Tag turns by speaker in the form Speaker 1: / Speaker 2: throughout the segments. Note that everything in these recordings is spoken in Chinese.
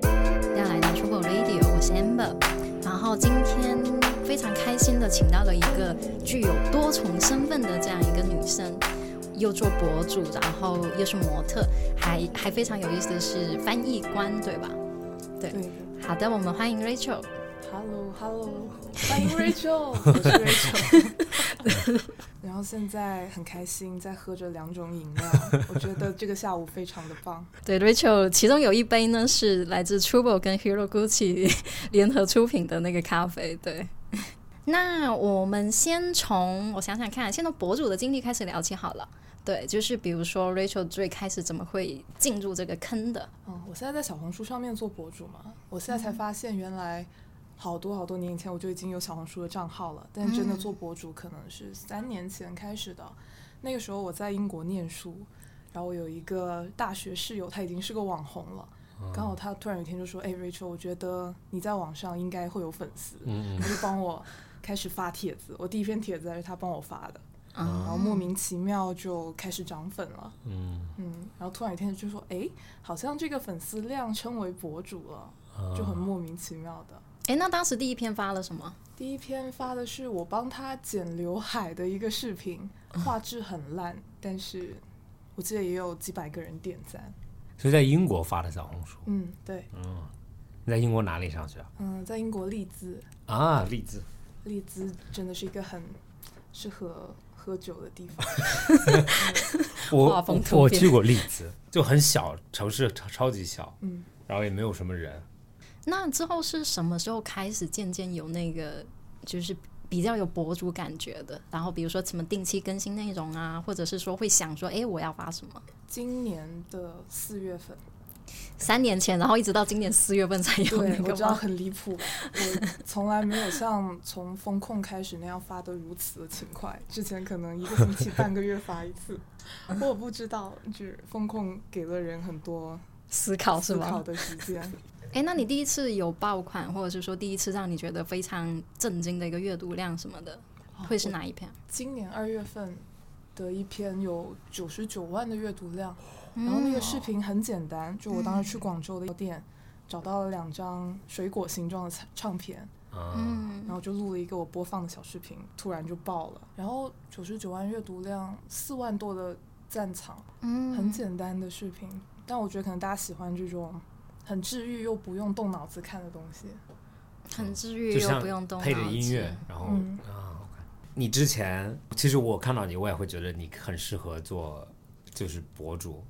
Speaker 1: 大家来到 Trouble Radio，我是 Amber。然后今天非常开心的请到了一个具有多重身份的这样一个女生，又做博主，然后又是模特，还还非常有意思的是翻译官，对吧？对。
Speaker 2: 对
Speaker 1: 好的，我们欢迎 Rachel。
Speaker 2: ，Hello Hello，欢迎 Rachel，我是 Rachel。然 后现在很开心，在喝着两种饮料，我觉得这个下午非常的棒。
Speaker 1: 对，Rachel，其中有一杯呢是来自 Trouble 跟 Hero Gucci 联合出品的那个咖啡。对，那我们先从我想想看，先从博主的经历开始聊起好了。对，就是比如说 Rachel 最开始怎么会进入这个坑的？
Speaker 2: 嗯，我现在在小红书上面做博主嘛，我现在才发现原来好多好多年以前我就已经有小红书的账号了，但真的做博主可能是三年前开始的。那个时候我在英国念书，然后我有一个大学室友，他已经是个网红了。
Speaker 3: 嗯
Speaker 2: 刚好他突然有一天就说：“哎，Rachel，我觉得你在网上应该会有粉丝。”
Speaker 3: 嗯
Speaker 2: 他就帮我开始发帖子，我第一篇帖子还是他帮我发的，
Speaker 1: 啊
Speaker 2: 然后莫名其妙就开始涨粉了，
Speaker 3: 嗯
Speaker 2: 嗯，然后突然有一天就说，哎，好像这个粉丝量称为博主了，
Speaker 3: 嗯，
Speaker 2: 就很莫名其妙的。
Speaker 1: 诶，那当时第一篇发了什么？
Speaker 2: 第一篇发的是我帮他剪刘海的一个视频，画质很烂，但是我记得也有几百个人点赞。
Speaker 3: 是在英国发的小红书。
Speaker 2: 嗯，对，
Speaker 3: 你在英国哪里上学啊？
Speaker 2: 嗯，在英国利兹，
Speaker 3: 啊，利兹。
Speaker 2: 利兹真的是一个很适合喝酒的地方。
Speaker 3: 我
Speaker 1: 画风
Speaker 3: 我
Speaker 1: 突
Speaker 3: 我
Speaker 1: 变
Speaker 3: 去过利兹，就很小，城市超超级小，
Speaker 2: 嗯，
Speaker 3: 然后也没有什么人。
Speaker 1: 那之后是什么时候开始渐渐有那个就是比较有博主感觉的？然后比如说什么定期更新内容啊，或者是说会想说，诶，我要发什么？
Speaker 2: 今年的四月份，
Speaker 1: 三年前，然后一直到今年四月份才有那
Speaker 2: 对，我
Speaker 1: 个
Speaker 2: 知道
Speaker 1: 吗？
Speaker 2: 很离谱，我从来没有像从风控开始那样发的如此的勤快。之前可能一个星期、半个月发 一次，我不知道，就是风控给了人很多
Speaker 1: 思考哦是
Speaker 2: 思考
Speaker 1: 吗？
Speaker 2: 的时间。
Speaker 1: 诶，那你第一次有爆款，或者是说第一次让你觉得非常震惊的一个阅读量什么的，
Speaker 3: 哦
Speaker 1: 会是
Speaker 2: 哦我
Speaker 1: 哪一篇？
Speaker 2: 今年二月份的一篇有九十九万的阅读量，然
Speaker 1: 嗯
Speaker 2: 后那个视频很简单，就我当时去广州的店找到了两张水果形状的唱唱片，
Speaker 3: 啊，
Speaker 1: 嗯
Speaker 2: 然后就录了一个我播放的小视频，突然就爆了，然后九十九万阅读量，四万多的赞赏，
Speaker 1: 嗯，
Speaker 2: 很简单的视频，但我觉得可能大家喜欢这种很治愈又不用动脑子看的东西。
Speaker 1: 很治愈，
Speaker 3: 就
Speaker 1: 又
Speaker 3: 像
Speaker 1: 不用动脑
Speaker 3: 配着音乐
Speaker 1: 子，
Speaker 3: 然后
Speaker 2: 嗯
Speaker 3: 啊，OK，你之前其实我看到你，我也会觉得你很适合做就是博主，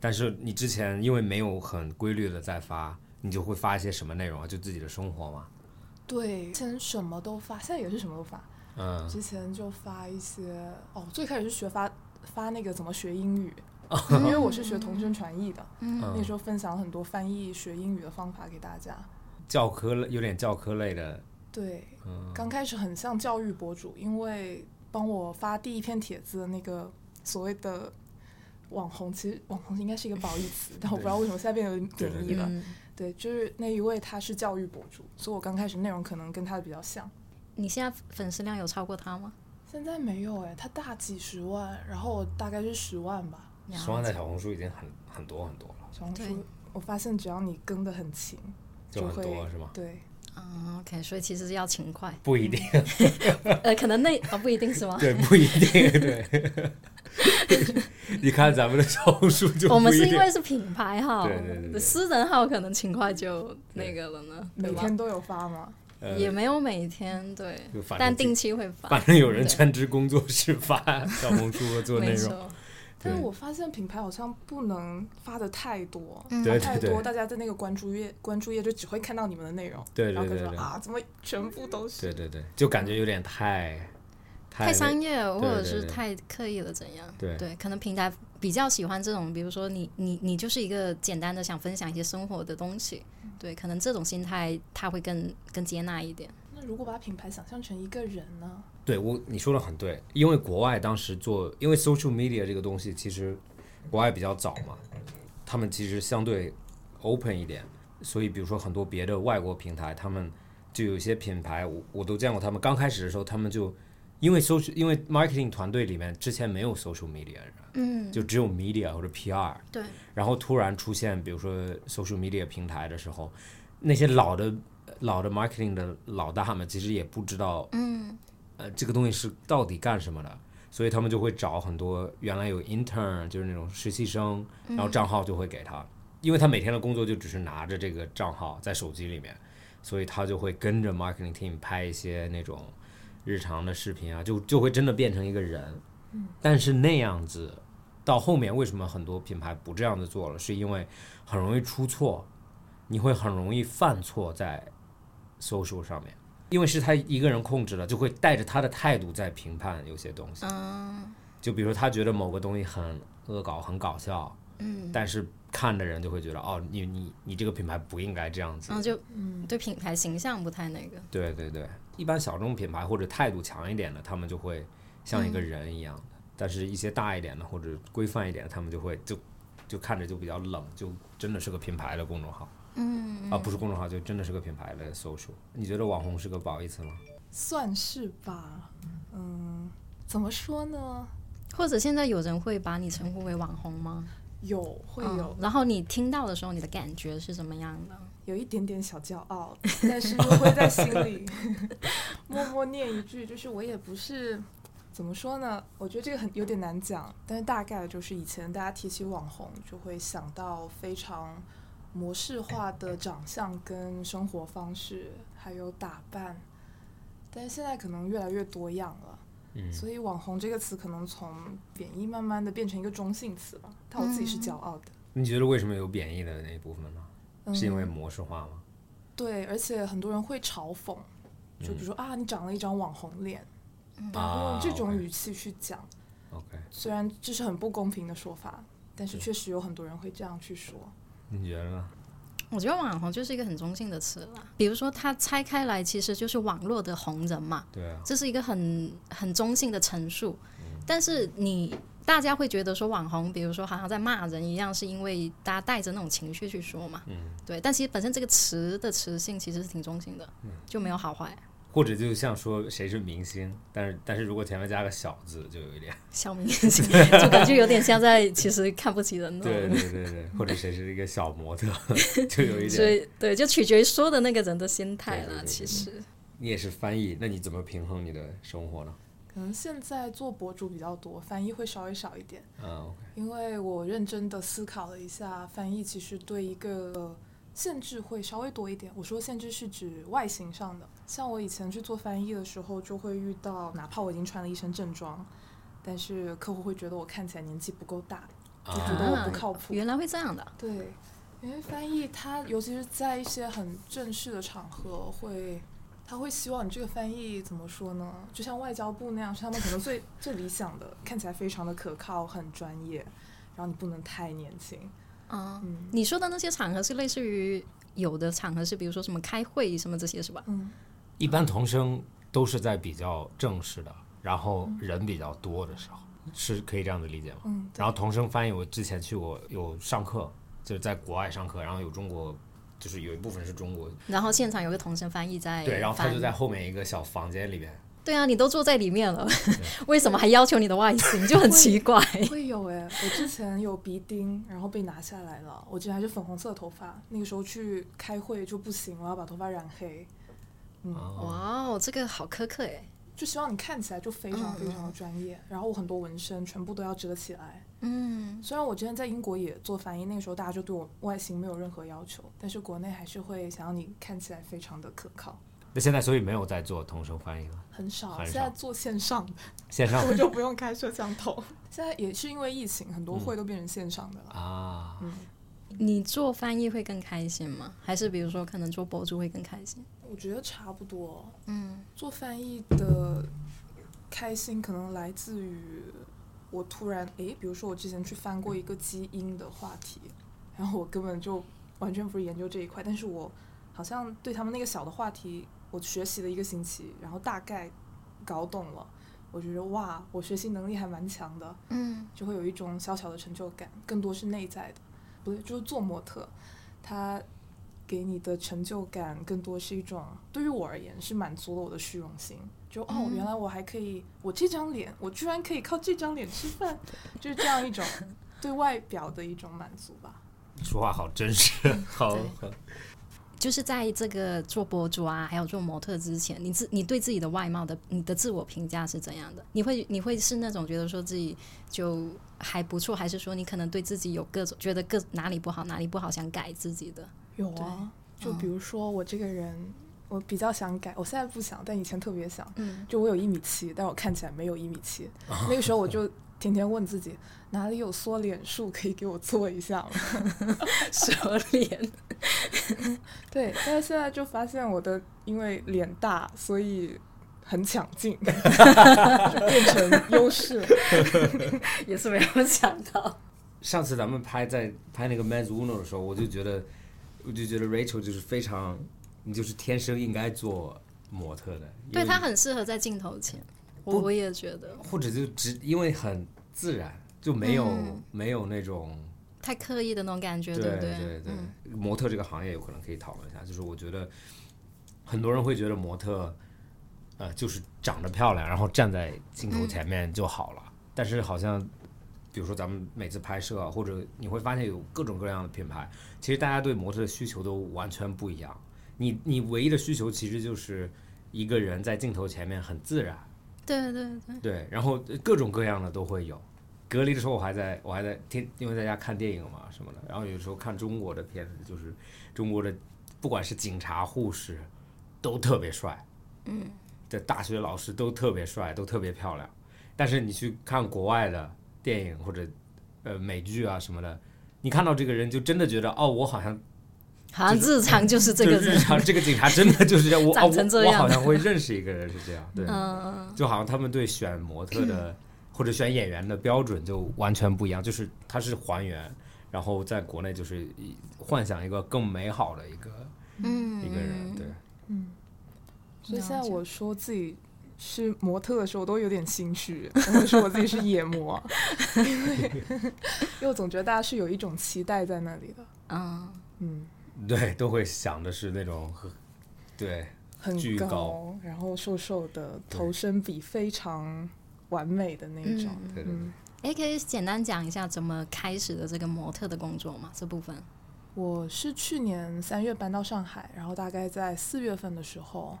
Speaker 3: 但是你之前因为没有很规律的在发，你就会发一些什么内容啊？就自己的生活嘛。
Speaker 2: 对，之前什么都发，现在也是什么都发。
Speaker 3: 嗯，
Speaker 2: 之前就发一些，哦，最开始是学发发那个怎么学英语，因为我是学同声传译的，
Speaker 3: 嗯
Speaker 2: 那时候分享了很多翻译学英语的方法给大家。
Speaker 3: 教科类有点教科类的，
Speaker 2: 对，
Speaker 3: 嗯
Speaker 2: 刚开始很像教育博主，因为帮我发第一篇帖子的那个所谓的网红，其实网红应该是一个褒义词，但我不知道为什么现在变得有点
Speaker 3: 对
Speaker 2: 贬义
Speaker 3: 对
Speaker 2: 了。
Speaker 1: 嗯，
Speaker 2: 对，就是那一位他是教育博主，所以我刚开始内容可能跟他的比较像。
Speaker 1: 你现在粉丝量有超过他吗？
Speaker 2: 现在没有哎，他大几十万，然后我大概是十万吧。
Speaker 3: 十万在小红书已经很很多很多了，
Speaker 2: 小红
Speaker 1: 对
Speaker 2: 书，我发现只要你跟得很勤，
Speaker 3: 就很
Speaker 2: 会
Speaker 3: 多是吗？
Speaker 2: 对，
Speaker 1: 嗯，OK，所以其实是要勤 快，
Speaker 3: 不一定，
Speaker 1: 呃，可能那啊、不一定是吗？
Speaker 3: 对，不一定，对。 你看咱们的小红书 就
Speaker 1: 我们
Speaker 3: 不一
Speaker 1: 是因
Speaker 3: 定
Speaker 1: 为是品牌号，
Speaker 3: 对对对对
Speaker 1: 私人号可能勤快就那个了呢，对
Speaker 2: 每
Speaker 1: 吧？
Speaker 2: 天都有发吗？
Speaker 3: 呃
Speaker 1: 也没有每天对
Speaker 3: 就，反正
Speaker 1: 但
Speaker 3: 就
Speaker 1: 定期会发，
Speaker 3: 反正有人全职工作室发小红书和做内
Speaker 1: 没
Speaker 3: 容，
Speaker 1: 错，
Speaker 2: 但
Speaker 3: 对
Speaker 2: 是我发现品牌好像不能发的太多，
Speaker 1: 嗯
Speaker 3: 对
Speaker 2: 太
Speaker 3: 对
Speaker 2: 多，
Speaker 3: 对
Speaker 2: 大家在那个关注页关注页就只会看到你们的内容，
Speaker 3: 对
Speaker 2: 然
Speaker 3: 对
Speaker 2: 后
Speaker 3: 对
Speaker 2: 跟着
Speaker 3: 对
Speaker 2: 啊，怎么全部都是？
Speaker 3: 对对对，就感觉有点太
Speaker 1: 太商
Speaker 3: 业，
Speaker 1: 业或
Speaker 3: 对
Speaker 1: 者
Speaker 3: 对
Speaker 1: 是
Speaker 3: 对
Speaker 1: 太刻意了，怎样？
Speaker 3: 对
Speaker 1: 可能平台比较喜欢这种，比如说你你你就是一个简单
Speaker 4: 嗯
Speaker 1: 的想分享一些生活的东西，对，可能这种心态他会更更接纳一点。
Speaker 2: 那那如果把品牌想象成一个人呢？
Speaker 3: 对我，你说的很对，因为国外当时做，因为 social media 这个东西其实国外比较早嘛，他们其实相对 open 一点，所以比如说很多别的外国平台，他们就有一些品牌，我我都见过他们刚开始的时候，他们就因为 social，因为 marketing 团队里面之前没有 social media，
Speaker 4: 嗯，
Speaker 3: 就只有 media 或者 PR，
Speaker 4: 对，
Speaker 3: 然后突然出现，比如说 social media 平台的时候，那些老的老的 marketing 的老大们其实也不知道，嗯，呃，这个东西是到底干什么的，所以他们就会找很多原来有 intern 就是那种实习生，然后账号就会给他，因为他每天的工作就只是拿着这个账号在手机里面，所以他就会跟着 marketing team 拍一些那种日常的视频啊，就就会真的变成一个人，但是那样子。到后面为什么很多品牌不这样子做了？是因为很容易出错，你会很容易犯错在 social 上面，因为是他一个人控制了，就会带着他的态度在评判有些东西。就比如他觉得某个东西很恶搞、很搞笑，嗯，但是看的人就会觉得哦，你你你这个品牌不应该这样子
Speaker 4: 然。后就对品牌形象不太那个，
Speaker 3: 对对对，一般小众品牌或者态度强一点的，他们就会像一个人一样的；但是一些大一点的或者规范一点的，他们就会就就看着就比较冷，就真的是个品牌的公众号。嗯，啊，不是公众号，就真的是个品牌的 social。你觉得网红是个褒义词吗？
Speaker 2: 算是吧，嗯，怎么说呢？
Speaker 4: 或者现在有人会把你称呼为网红吗？
Speaker 2: 有会有、
Speaker 4: 嗯然后你听到的时候，你的感觉是什么样的？
Speaker 2: 有一点点小骄傲， 但是又会在心里 默默念一句，就是我也不是怎么说呢？我觉得这个很有点难讲，但是大概就是以前大家提起网红，就会想到非常模式化的长相跟生活方式，还有打扮，但是现在可能越来越多样了。
Speaker 3: 嗯
Speaker 2: 所以“网红”这个词可能从贬义慢慢的变成一个中性词吧，但我自己是
Speaker 3: 嗯
Speaker 2: 骄傲的。
Speaker 3: 你觉得为什么有贬义的那一部分呢？
Speaker 2: 嗯
Speaker 3: 是因为模式化吗？
Speaker 2: 对，而且很多人会嘲讽，就比如说、啊，你长了一张网红脸，用，
Speaker 3: 啊
Speaker 2: 这种语气去讲，
Speaker 3: OK，
Speaker 2: 虽然这是很不公平的说法，但是确实有很多人会这样去说。
Speaker 3: 你觉得呢？
Speaker 4: 我觉得网红就是一个很中性的词啦。比如说，它拆开来其实就是网络的红人嘛，
Speaker 3: 对啊，
Speaker 4: 这是一个很很中性的陈述。
Speaker 3: 嗯
Speaker 4: 但是你大家会觉得说网红，比如说好像在骂人一样，是因为大家带着那种情绪去说嘛。
Speaker 3: 嗯
Speaker 4: 对，但其实本身这个词的词性其实是挺中性的，
Speaker 3: 嗯
Speaker 4: 就没有好坏。
Speaker 3: 或者就像说谁是明星，但是但是如果前面加个小字，就有一点。
Speaker 4: 小明星就感觉有点像在其实看不起人的。
Speaker 3: 对对对对，或者谁是一个小模特， 就有一
Speaker 4: 所
Speaker 3: 点。
Speaker 4: 以对，就取决于说的那个人的心态
Speaker 3: 对对
Speaker 4: 啦。
Speaker 3: 对
Speaker 4: 其
Speaker 3: 对
Speaker 4: 实，
Speaker 3: 你也是翻译，那你怎么平衡你的生活呢？
Speaker 2: 可能现在做博主比较多，翻译会稍微少一点，
Speaker 3: 嗯，OK，
Speaker 2: 因为我认真的思考了一下，翻译其实对一个限制会稍微多一点。我说限制是指外形上的，像我以前去做翻译的时候，就会遇到，哪怕我已经穿了一身正装，但是客户会觉得我看起来年纪不够大，就觉得嗯我不靠谱。
Speaker 4: 啊原来会这样的。
Speaker 2: 对，因为翻译它，尤其是在一些很正式的场合，会他会希望你这个翻译怎么说呢？就像外交部那样，是他们可能最最理想的，看起来非常的可靠，很专业，然后你不能太年轻。
Speaker 4: 啊、
Speaker 2: 嗯
Speaker 4: 你说的那些场合是类似于有的场合是，比如说什么开会什么这些是吧？
Speaker 2: 嗯，
Speaker 3: 一般童声都是在比较正式的，然后人比较多的时候，是可以这样子理解吗？
Speaker 2: 嗯
Speaker 3: 然后童声翻译，我之前去过有上课，就是在国外上课，然后有中国，就是有一部分是中国，
Speaker 4: 然后现场有个同声翻译在
Speaker 3: 对，然后他
Speaker 4: 哎翻
Speaker 3: 就在后面一个小房间里面，
Speaker 4: 对啊，你都坐在里面了，为什么还要求你的外形， 就很奇怪。
Speaker 2: 会有诶、我之前有鼻钉，然后被拿下来了。我之前还是粉红色的头发，那个时候去开会就不行了，把头发染黑，
Speaker 3: 啊
Speaker 4: 哇哦，这个好苛刻哎。
Speaker 2: 就希望你看起来就非常非常的专业。然后我很多纹身全部都要遮起来。
Speaker 4: 嗯，
Speaker 2: 虽然我之前在英国也做翻译，那个时候大家就对我外形没有任何要求，但是国内还是会想要你看起来非常的可靠，
Speaker 3: 那现在所以没有在做童声翻译了，
Speaker 2: 很少。
Speaker 3: 很少
Speaker 2: 现在做线上 的，
Speaker 3: 线 上
Speaker 2: 我就不用开摄像头。 现在也是因为疫情，
Speaker 3: 嗯
Speaker 2: 很多会都变成线上的了。
Speaker 3: 啊，
Speaker 4: 你做翻译会更开心吗？还是比如说可能做博主会更开心？
Speaker 2: 我觉得差不多，
Speaker 4: 嗯，
Speaker 2: 做翻译的开心可能来自于我突然诶，比如说我之前去翻过一个基因的话题，然后我根本就完全不是研究这一块，但是我好像对他们那个小的话题我学习了一个星期，然后大概搞懂了，我觉得哇，我学习能力还蛮强的，
Speaker 4: 嗯
Speaker 2: 就会有一种小小的成就感，更多是内在的，不对，就是做模特，它给你的成就感更多是一种，对于我而言是满足了我的虚荣心，就哦，
Speaker 4: 嗯
Speaker 2: 原来我还可以，我这张脸，我居然可以靠这张脸吃饭，就是这样一种 对外表的一种满足吧。
Speaker 3: 说话好真实， 好
Speaker 4: 对
Speaker 3: 好
Speaker 4: 就是在这个做博主啊，还有做模特之前，你自你对自己的外貌的你的自我评价是怎样的？你会你会是那种觉得说自己就还不错，还是说你可能对自己有各种觉得各哪里不好，哪里不好想改自己的？
Speaker 2: 有
Speaker 4: 对
Speaker 2: 啊，就比如说我这个人，我比较想改，我现在不想，但以前特别想。
Speaker 4: 嗯，
Speaker 2: 就我有一米七，但我看起来没有一米 七。那个时候我就天天问自己，哪里有缩脸术可以给我做一下吗？
Speaker 4: 蛇脸，
Speaker 2: 对，但是现在就发现我的因为脸大，所以很抢镜， 就变成优势了。
Speaker 4: 也是没有想到。
Speaker 3: 上次咱们拍在拍那个《Man's Uno》的时候，我就觉得，我就觉得 Rachel 就是非常，你就是天生应该做模特的，因
Speaker 4: 对
Speaker 3: 为
Speaker 4: 他很适合在镜头前，我
Speaker 3: 不
Speaker 4: 我也觉得
Speaker 3: 或者就只因为很自然，就没有、没有那种
Speaker 4: 太刻意的那种感觉，
Speaker 3: 对
Speaker 4: 不对？
Speaker 3: 对
Speaker 4: 嗯
Speaker 3: 模特这个行业有可能可以讨论一下，就是我觉得很多人会觉得模特，呃，就是长得漂亮，然后站在镜
Speaker 4: 嗯
Speaker 3: 头前面就好了。但是好像，比如说咱们每次拍摄啊，或者你会发现有各种各样的品牌，其实大家对模特的需求都完全不一样。你你唯一的需求其实就是一个人在镜头前面很自然，
Speaker 4: 对对对，
Speaker 3: 对，然后各种各样的都会有。隔离的时候我还在我还在天，因为在家看电影嘛什么的，然后有时候看中国的片子，就是中国的不管是警察、护士都特别帅，嗯，的大学老师都特别帅，都特别漂亮。但是你去看国外的电影或者呃美剧啊什么的，你看到这个人就真的觉得哦，我好像
Speaker 4: 好像日常就是这
Speaker 3: 就
Speaker 4: 个
Speaker 3: 是日
Speaker 4: 人，
Speaker 3: 常这个警察真的就是这样，我哦
Speaker 4: 长成这
Speaker 3: 我我
Speaker 4: 样
Speaker 3: 好像会认识一个人是这样，对，
Speaker 4: 嗯，
Speaker 3: 就好像他们对选模特 的或者选演员的标准就完全不一样，就是它是还原，然后在国内就是一幻想一个更美好的一个
Speaker 4: 嗯
Speaker 3: 一个人，对，
Speaker 2: 嗯所以现在
Speaker 4: 了解
Speaker 2: 我说自己是模特的时候，我都有点心虚，我会说我自己是野模， 因为因为我总觉得大家是有一种期待在那里的，
Speaker 4: 嗯，
Speaker 2: 嗯，
Speaker 3: 对，都会想的是那种很，对，
Speaker 2: 很
Speaker 3: 巨
Speaker 2: 高，
Speaker 3: 高
Speaker 2: 然后瘦瘦的，
Speaker 3: 对
Speaker 2: 头身比非常完美的那一种。
Speaker 3: 对对对，
Speaker 4: 哎，可以简单讲一下怎么开始的这个模特的工作吗？这部分，
Speaker 2: 我是去年三月搬到上海，然后大概在四月份的时候，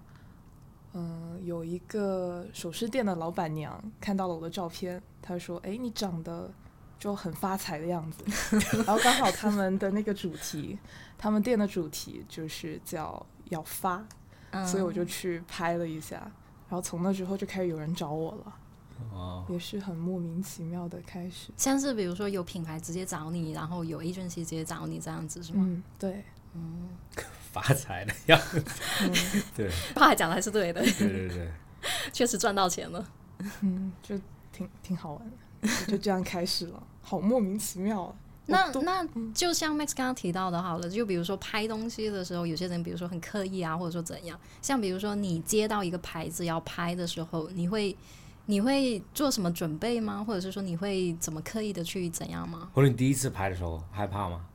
Speaker 2: 嗯、有一个首饰店的老板娘看到了我的照片，她说：“哎，你长得就很发财的样子。” 然后刚好他们的那个主题，他们店的主题就是叫要发，
Speaker 4: 嗯，
Speaker 2: 所以我就去拍了一下。然后从那之后就开始有人找我了，
Speaker 4: 嗯
Speaker 3: 哦，
Speaker 2: 也是很莫名其妙的开始。
Speaker 4: 像是比如说有品牌直接找你，然后有 agency 直接找你这样子是吗？
Speaker 2: 嗯，对，
Speaker 3: 发财的样子，
Speaker 4: 嗯
Speaker 3: 对
Speaker 4: 话还讲的还是对的，
Speaker 3: 对对对，
Speaker 4: 确实赚到钱了。
Speaker 2: 嗯，就挺挺好玩的， 就这样开始了，好莫名其妙啊。
Speaker 4: 那
Speaker 2: 我都嗯
Speaker 4: 那就像 Max 刚刚提到的，好了，就比如说拍东西的时候，有些人比如说很刻意啊，或者说怎样，像比如说你接到一个牌子要拍的时候，你会你会做什么准备吗？或者是说你会怎么刻意的去怎样吗？
Speaker 3: 或者你第一次拍的时候害怕吗？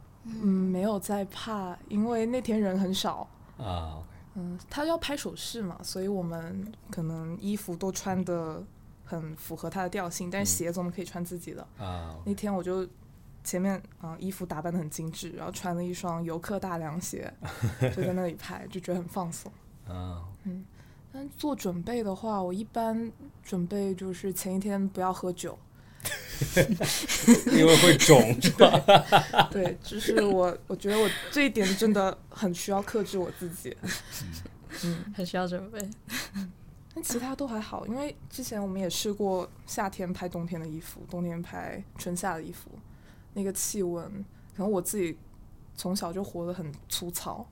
Speaker 2: 嗯，没有在怕，因为那天人很少。
Speaker 3: 啊
Speaker 2: 嗯，他要拍首饰嘛，所以我们可能衣服都穿的很符合他的调性，但是鞋子我们可以穿自己的。
Speaker 3: 啊，
Speaker 2: 那天我就前面啊、呃衣服打扮的很精致，然后穿了一双游客大凉 鞋，就在那里拍，就觉得很放松。
Speaker 3: 嗯，
Speaker 2: 但做准备的话，我一般准备就是前一天不要喝酒，
Speaker 3: 因为会肿，是吧？
Speaker 2: 对，就是我，我觉得我这一点真的很需要克制我自己。
Speaker 4: 很需要准备。
Speaker 2: 但其他都还好，因为之前我们也试过夏天拍冬天的衣服，冬天拍春夏的衣服，那个气温，可能我自己从小就活得很粗糙，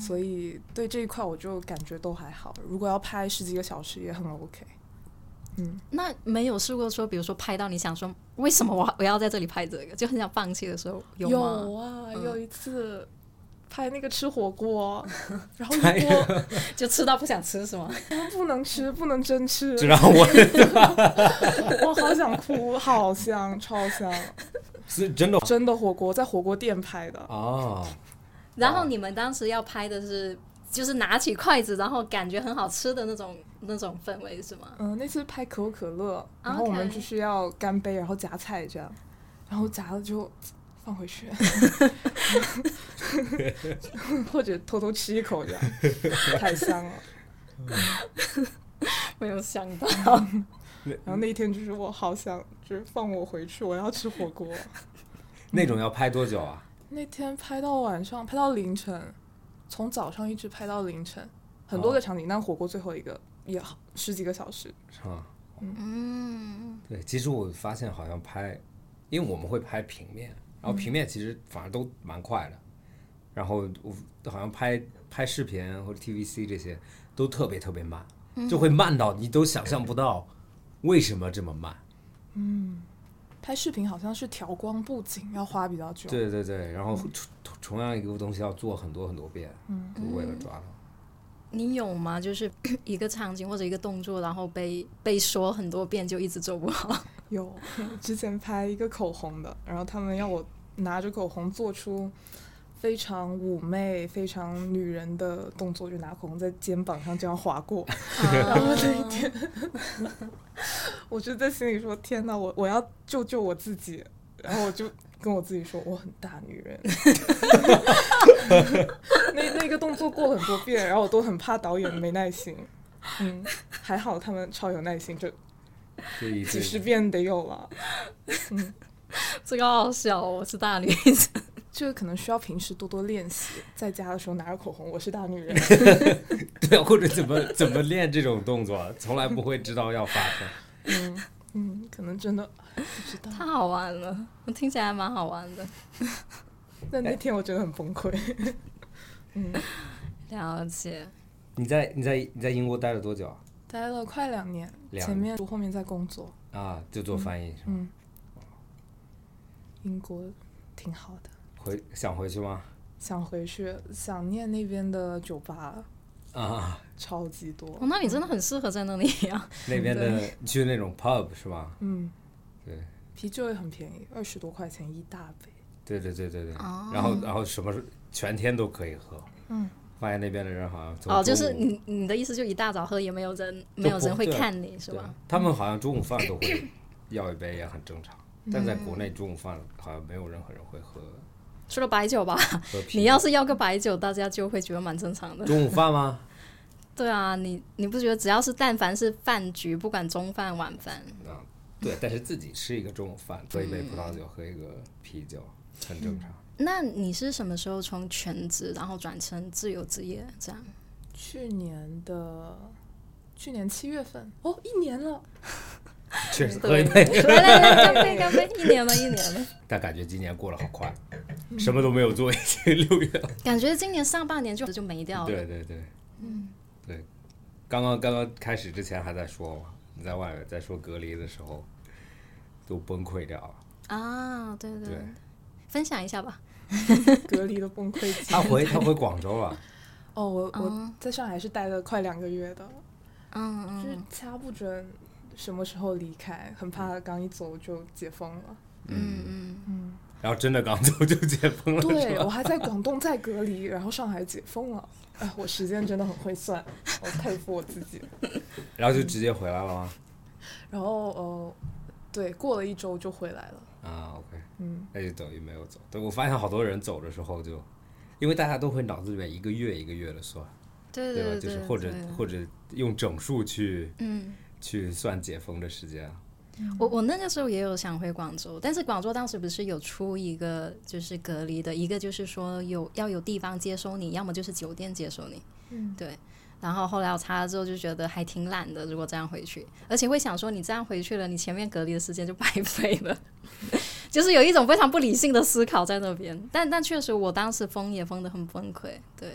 Speaker 2: 所以对这一块我就感觉都还好。如果要拍十几个小时也很 OK。
Speaker 4: 那没有试过说，比如说拍到你想说，为什么我我要在这里拍这个，就很想放弃的时候有吗？
Speaker 2: 啊，有一次拍那个吃火锅，然后一锅
Speaker 4: 就吃到不想吃是吗？
Speaker 2: 不能吃，不能真吃，
Speaker 3: 就让我
Speaker 2: 我好想哭，好香，超香，
Speaker 3: 是真的
Speaker 2: 真的火锅在火锅店拍的，
Speaker 3: 哦，
Speaker 4: 然后你们当时要拍的是，就是拿起筷子，然后感觉很好吃的那种那种氛围是吗？
Speaker 2: 嗯、那次拍可口可乐，然后我们
Speaker 4: OK
Speaker 2: 就是要干杯，然后夹菜这样，然后夹了就放回去， 或者偷偷吃一口这样，太香了。
Speaker 4: 没有想到，
Speaker 2: 然后那一天就是我好想，就是放我回去，我要吃火锅。
Speaker 3: 那种要拍多久啊？
Speaker 2: 那天拍到晚上，拍到凌晨，从早上一直拍到凌晨，很多
Speaker 3: 哦
Speaker 2: 个场景，但火锅最后一个也好十几个小时。
Speaker 3: 是吗？
Speaker 4: 嗯，
Speaker 3: 对，其实我发现好像拍，因为我们会拍平面，然后平面其实反而都蛮快的，然后我好像拍拍视频或者 TVC 这些都特别特别慢，就会慢到你都想象不到为什么这么慢。
Speaker 2: 拍视频好像是调光布景要花比较久，
Speaker 3: 对对对，然后同同样一个东西要做很多很多遍，就为了抓到。
Speaker 4: 你有吗？就是 一个场景或者一个动作，然后被被说很多遍，就一直做不 好。
Speaker 2: 有之前拍一个口红的，然后他们要我拿着口红做出非常妩媚、非常女人的动作，就拿口红在肩膀上这样划过。然后这一天，我就在心里说：“天哪，我我要救救我自己。”然后我就跟我自己说：“我很大女人。 那”那个动作过了很多遍，然后我都很怕导演没耐心。嗯，还好他们超有耐心，就
Speaker 3: 这一
Speaker 2: 几十
Speaker 3: 次
Speaker 2: 遍得有了。
Speaker 4: 这个好笑哦，我是大女人。
Speaker 2: 这个可能需要平时多多练习，在家的时候拿着口红，我是大 女人。
Speaker 3: 对，或者怎么怎么练这种动作，从来不会知道要发生。
Speaker 2: 嗯嗯，可能真的不知道。
Speaker 4: 太好玩了，我听起来还蛮好玩的。
Speaker 2: 但那天我真的很崩溃。嗯，
Speaker 4: 了解，
Speaker 3: 你在你在你在英国待了多久啊？
Speaker 2: 待了快两年，
Speaker 3: 两
Speaker 2: 前面读后面在工作。
Speaker 3: 啊，就做翻译是吗？
Speaker 2: 嗯，英国挺好的，
Speaker 3: 回想回去吗？
Speaker 2: 想回去，想念那边的酒吧，
Speaker 3: 啊，
Speaker 2: 超级多
Speaker 4: 哦，。那你真的很适合在那里 啊呀、
Speaker 3: 那边的去那种 pub 是吧？
Speaker 2: 嗯，
Speaker 3: 对，
Speaker 2: 啤酒也很便宜，二十多块钱一大杯。
Speaker 3: 对对对对对。
Speaker 4: 哦
Speaker 3: 然后然后什么全天都可以喝。
Speaker 2: 嗯。
Speaker 3: 发现那边的人好像从
Speaker 4: 哦，就
Speaker 3: 中
Speaker 4: 是
Speaker 3: 午
Speaker 4: 你你的意思，就一大早喝也没有人没有人会看你是
Speaker 3: 对啊
Speaker 4: 吧？
Speaker 3: 他们好像中午饭都会要一杯，也很正常。
Speaker 4: 嗯
Speaker 3: 但在国内中午饭好像没有任何人会喝
Speaker 4: 除了白 酒吧，
Speaker 3: 喝啤酒。
Speaker 4: 你要是要个白酒，大家就会觉得蛮正常的。
Speaker 3: 中午饭吗？
Speaker 4: 对啊，你你不觉得只要是但凡是饭局，不管中饭晚饭，
Speaker 3: 啊，对，但是自己吃一个中午饭，喝一杯葡
Speaker 4: 嗯
Speaker 3: 萄酒，喝一个啤酒，很正 常。
Speaker 4: 那你是什么时候从全职然后转成自由职业这 样？
Speaker 2: 去年的去年七月份，哦，一年了。
Speaker 3: 确实喝
Speaker 4: 对
Speaker 3: 一杯，
Speaker 4: 来来来，干杯干杯！一年了，一年了，
Speaker 3: 但感觉今年过得好快，什么都没有做，已经六月了。
Speaker 4: 感觉今年上半年就就没掉了。
Speaker 3: 对对对，嗯，对，刚刚刚刚开始之前还在说嘛，你在外面在说隔离的时候都崩溃掉了。
Speaker 4: 啊，对对
Speaker 3: 对，
Speaker 4: 分享一下吧。
Speaker 2: 隔离的崩溃期。
Speaker 3: 他回他回广州了，
Speaker 2: 哦，我我在上海是待了快两个月的，
Speaker 4: 嗯
Speaker 2: 就
Speaker 4: 嗯
Speaker 2: 是掐不准什么时候离开，很怕刚一走就解封了。
Speaker 4: 嗯嗯，
Speaker 3: 然后真的刚走就解封了，
Speaker 2: 对我还在广东在隔离，然后上海解封了。哎，我时间真的很会算，我佩服我自己。
Speaker 3: 然后就直接回来了吗？
Speaker 2: 然后呃，对，过了一周就回来了。
Speaker 3: 啊，OK，
Speaker 2: 嗯，
Speaker 3: 那就等于没有走。对，我发现好多人走的时候就，因为大家都会脑子里面一个月一个月的算，
Speaker 4: 对
Speaker 3: 吧？
Speaker 4: 对，
Speaker 3: 就是
Speaker 4: 对
Speaker 3: 或者
Speaker 4: 对
Speaker 3: 或者用整数去
Speaker 4: 嗯，
Speaker 3: 去算解封的时间。啊
Speaker 4: 我我那个时候也有想回广州，但是广州当时不是有出一个就是隔离的，一个就是说有要有地方接收你，要么就是酒店接收你。
Speaker 2: 嗯，
Speaker 4: 对。然后后来我查了之后就觉得还挺懒的，如果这样回去，而且会想说你这样回去了，你前面隔离的时间就白费了， 就是有一种非常不理性的思考在那边。但但确实，我当时疯也疯得很崩溃，对。